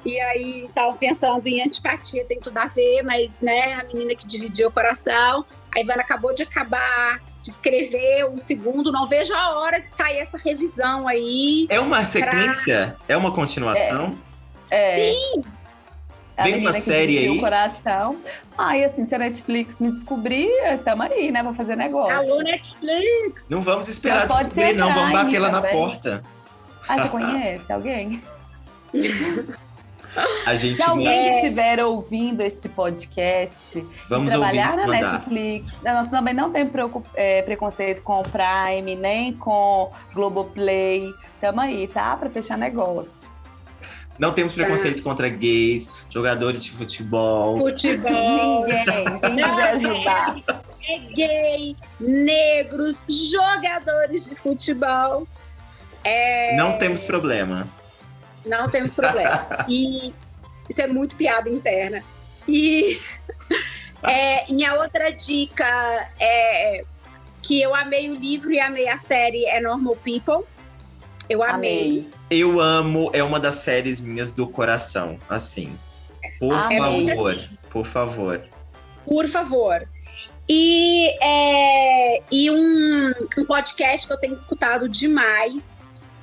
S1: e aí estavam pensando em antipatia, tem tudo a ver, mas né, a menina que dividiu o coração. A Ivana acabou de acabar de escrever o segundo, não vejo a hora de sair essa revisão aí.
S6: É uma sequência? É uma continuação?
S2: É. A
S6: Vem
S2: menina
S6: uma
S2: que
S6: série
S2: dividiu
S6: aí?
S2: O coração. Ah, e assim, se a Netflix me descobrir, tamo aí, né? Vou fazer
S1: Alô,
S2: negócio.
S1: Netflix!
S6: Não vamos esperar
S2: Mas pode
S6: descobrir,
S2: ser
S6: não. Vamos
S2: Prime
S6: bater lá na
S2: também.
S6: porta.
S2: Ah, você conhece alguém?
S6: A gente
S2: Se alguém
S6: manda.
S2: que estiver ouvindo este podcast,
S6: Vamos ouvir.
S2: trabalhar na
S6: Mandar.
S2: Netflix, nós também não tem preocu- é, preconceito com o Prime, nem com Globoplay. Tamo aí, tá? Pra fechar negócio.
S6: Não temos preconceito contra gays, jogadores de futebol.
S1: Futebol!
S2: Ninguém, quem quiser ajudar.
S1: É gay, negros, jogadores de futebol. É,
S6: Não temos problema.
S1: Não temos problema. E isso é muito piada interna. E é, minha outra dica é que eu amei o livro e amei a série é Normal People. Eu amei.
S2: Amei.
S6: Eu amo, é uma das séries minhas do coração, assim. Por
S2: Amei.
S6: favor, por favor.
S1: Por favor. E, é, e um, um podcast que eu tenho escutado demais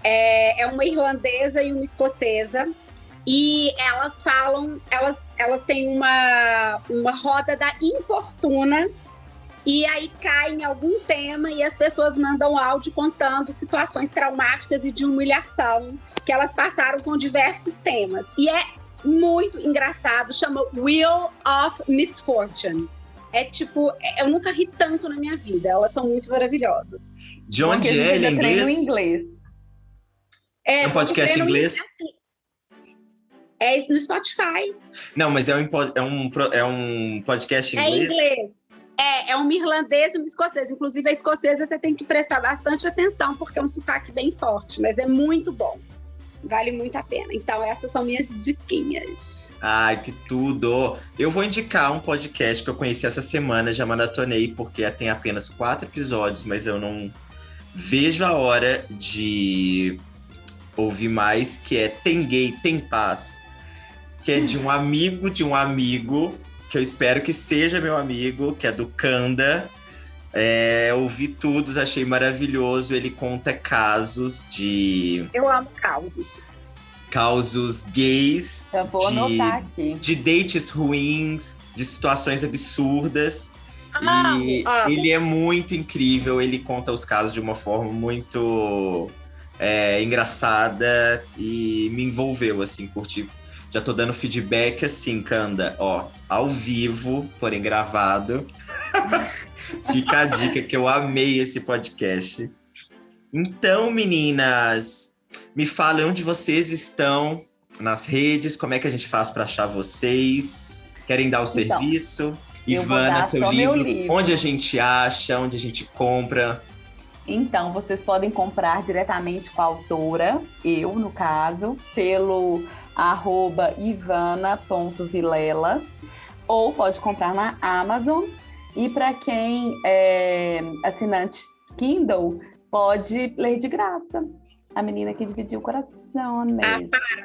S1: é, é uma irlandesa e uma escocesa. E elas falam, elas, elas têm uma, uma roda da infortuna. E aí cai em algum tema e as pessoas mandam áudio contando situações traumáticas e de humilhação que elas passaram com diversos temas. E é muito engraçado, chama Wheel of Misfortune. É tipo, é- eu nunca ri tanto na minha vida, elas são muito maravilhosas.
S6: De onde
S2: Porque a gente
S6: é, ele é
S2: ainda treina o
S6: inglês?
S2: inglês.
S6: É um podcast
S1: porque
S6: em
S1: no-
S6: inglês?
S1: tipo É no Spotify,
S6: Não, mas é um, impo- é um, pro- é um podcast em
S1: é em
S6: inglês?
S1: inglês. É, é uma irlandesa e uma escocesa. Inclusive, a escocesa você tem que prestar bastante atenção, porque é um sotaque bem forte, mas é muito bom. Vale muito a pena. Então, essas são minhas diquinhas.
S6: Ai, que tudo! Eu vou indicar um podcast que eu conheci essa semana, já maratonei, porque tem apenas quatro episódios, mas eu não vejo a hora de ouvir mais, que é Tem Gay, Tem Paz, que é de um amigo de um amigo, que eu espero que seja meu amigo, que é do Kanda. É, ouvi todos, achei maravilhoso. Ele conta casos de
S1: Eu amo causos.
S6: causos gays,
S2: Já vou
S6: De-
S2: anotar aqui.
S6: de dates ruins, de situações absurdas. E
S1: Ah, ah.
S6: ele é muito incrível, ele conta os casos de uma forma muito é, engraçada e me envolveu, assim, curti. Já tô dando feedback assim, Canda, ó, ao vivo, porém gravado. Fica a dica que eu amei esse podcast. Então, meninas, me falem onde vocês estão nas redes, como é que a gente faz pra achar vocês? Querem dar o
S2: Então,
S6: serviço?
S2: eu vou
S6: Ivana,
S2: dar
S6: seu
S2: só meu
S6: livro,
S2: livro.
S6: onde a gente acha, onde a gente compra.
S2: Então, vocês podem comprar diretamente com a autora, eu no caso, pelo arroba ivana.vilela, ou pode comprar na Amazon. E para quem é assinante Kindle, pode ler de graça. A menina que dividiu o coração, né?
S1: Ah,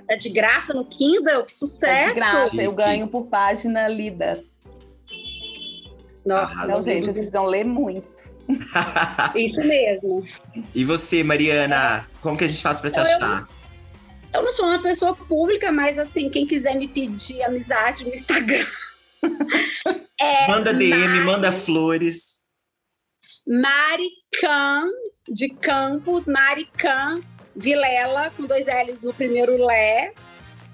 S1: Tá de graça no Kindle? Que
S2: É
S1: sucesso!
S2: de graça, eu
S6: Chique.
S2: ganho por página lida. Então,
S1: Nossa,
S6: Arrasou.
S2: gente, vocês precisam ler muito.
S1: isso mesmo.
S6: E você, Mariana, como que a gente faz pra te
S1: Eu-
S6: achar?
S1: Eu não sou uma pessoa pública, mas assim, quem quiser me pedir amizade no Instagram,
S6: Manda DM, manda flores.
S1: Marican de Campos, Marican Vilela, com dois L's no primeiro Lé.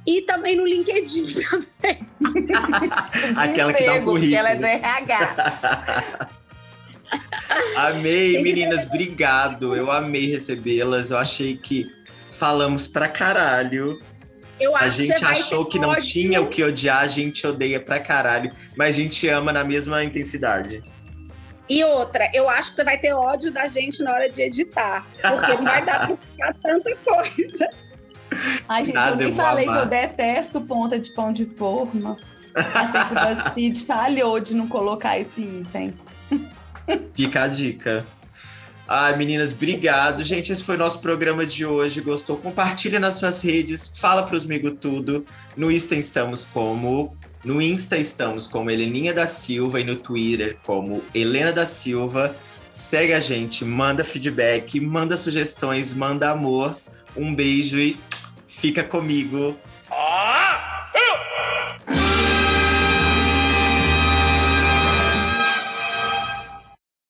S1: E também no LinkedIn.
S2: De
S6: Aquela que dá um
S2: emprego, porque ela é do
S6: currículo.
S2: RH.
S6: Amei,
S1: Tem que
S6: meninas, obrigado. Eu amei recebê-las. Eu achei que falamos pra caralho.
S1: Eu
S6: A
S1: acho que
S6: gente
S1: você vai
S6: achou
S1: ter
S6: que não
S1: ódio.
S6: tinha o que odiar, a gente odeia pra caralho, mas a gente ama na mesma intensidade.
S1: E outra, eu acho que você vai ter ódio da gente na hora de editar. Porque não vai dar pra ficar tanta coisa.
S2: Ai, gente,
S6: Nada,
S2: eu nem
S6: eu vou
S2: falei que
S6: amar.
S2: eu detesto ponta de pão de forma. Achei que o BuzzFeed falhou de não colocar esse item.
S6: Fica a dica. Ai, meninas, obrigado. Gente, esse foi o nosso programa de hoje. Gostou? Compartilha nas suas redes, fala pros amigos tudo. No Insta estamos como. No Insta estamos como Heleninha da Silva e no Twitter como Helena da Silva. Segue a gente, manda feedback, manda sugestões, manda amor. Um beijo e fica comigo.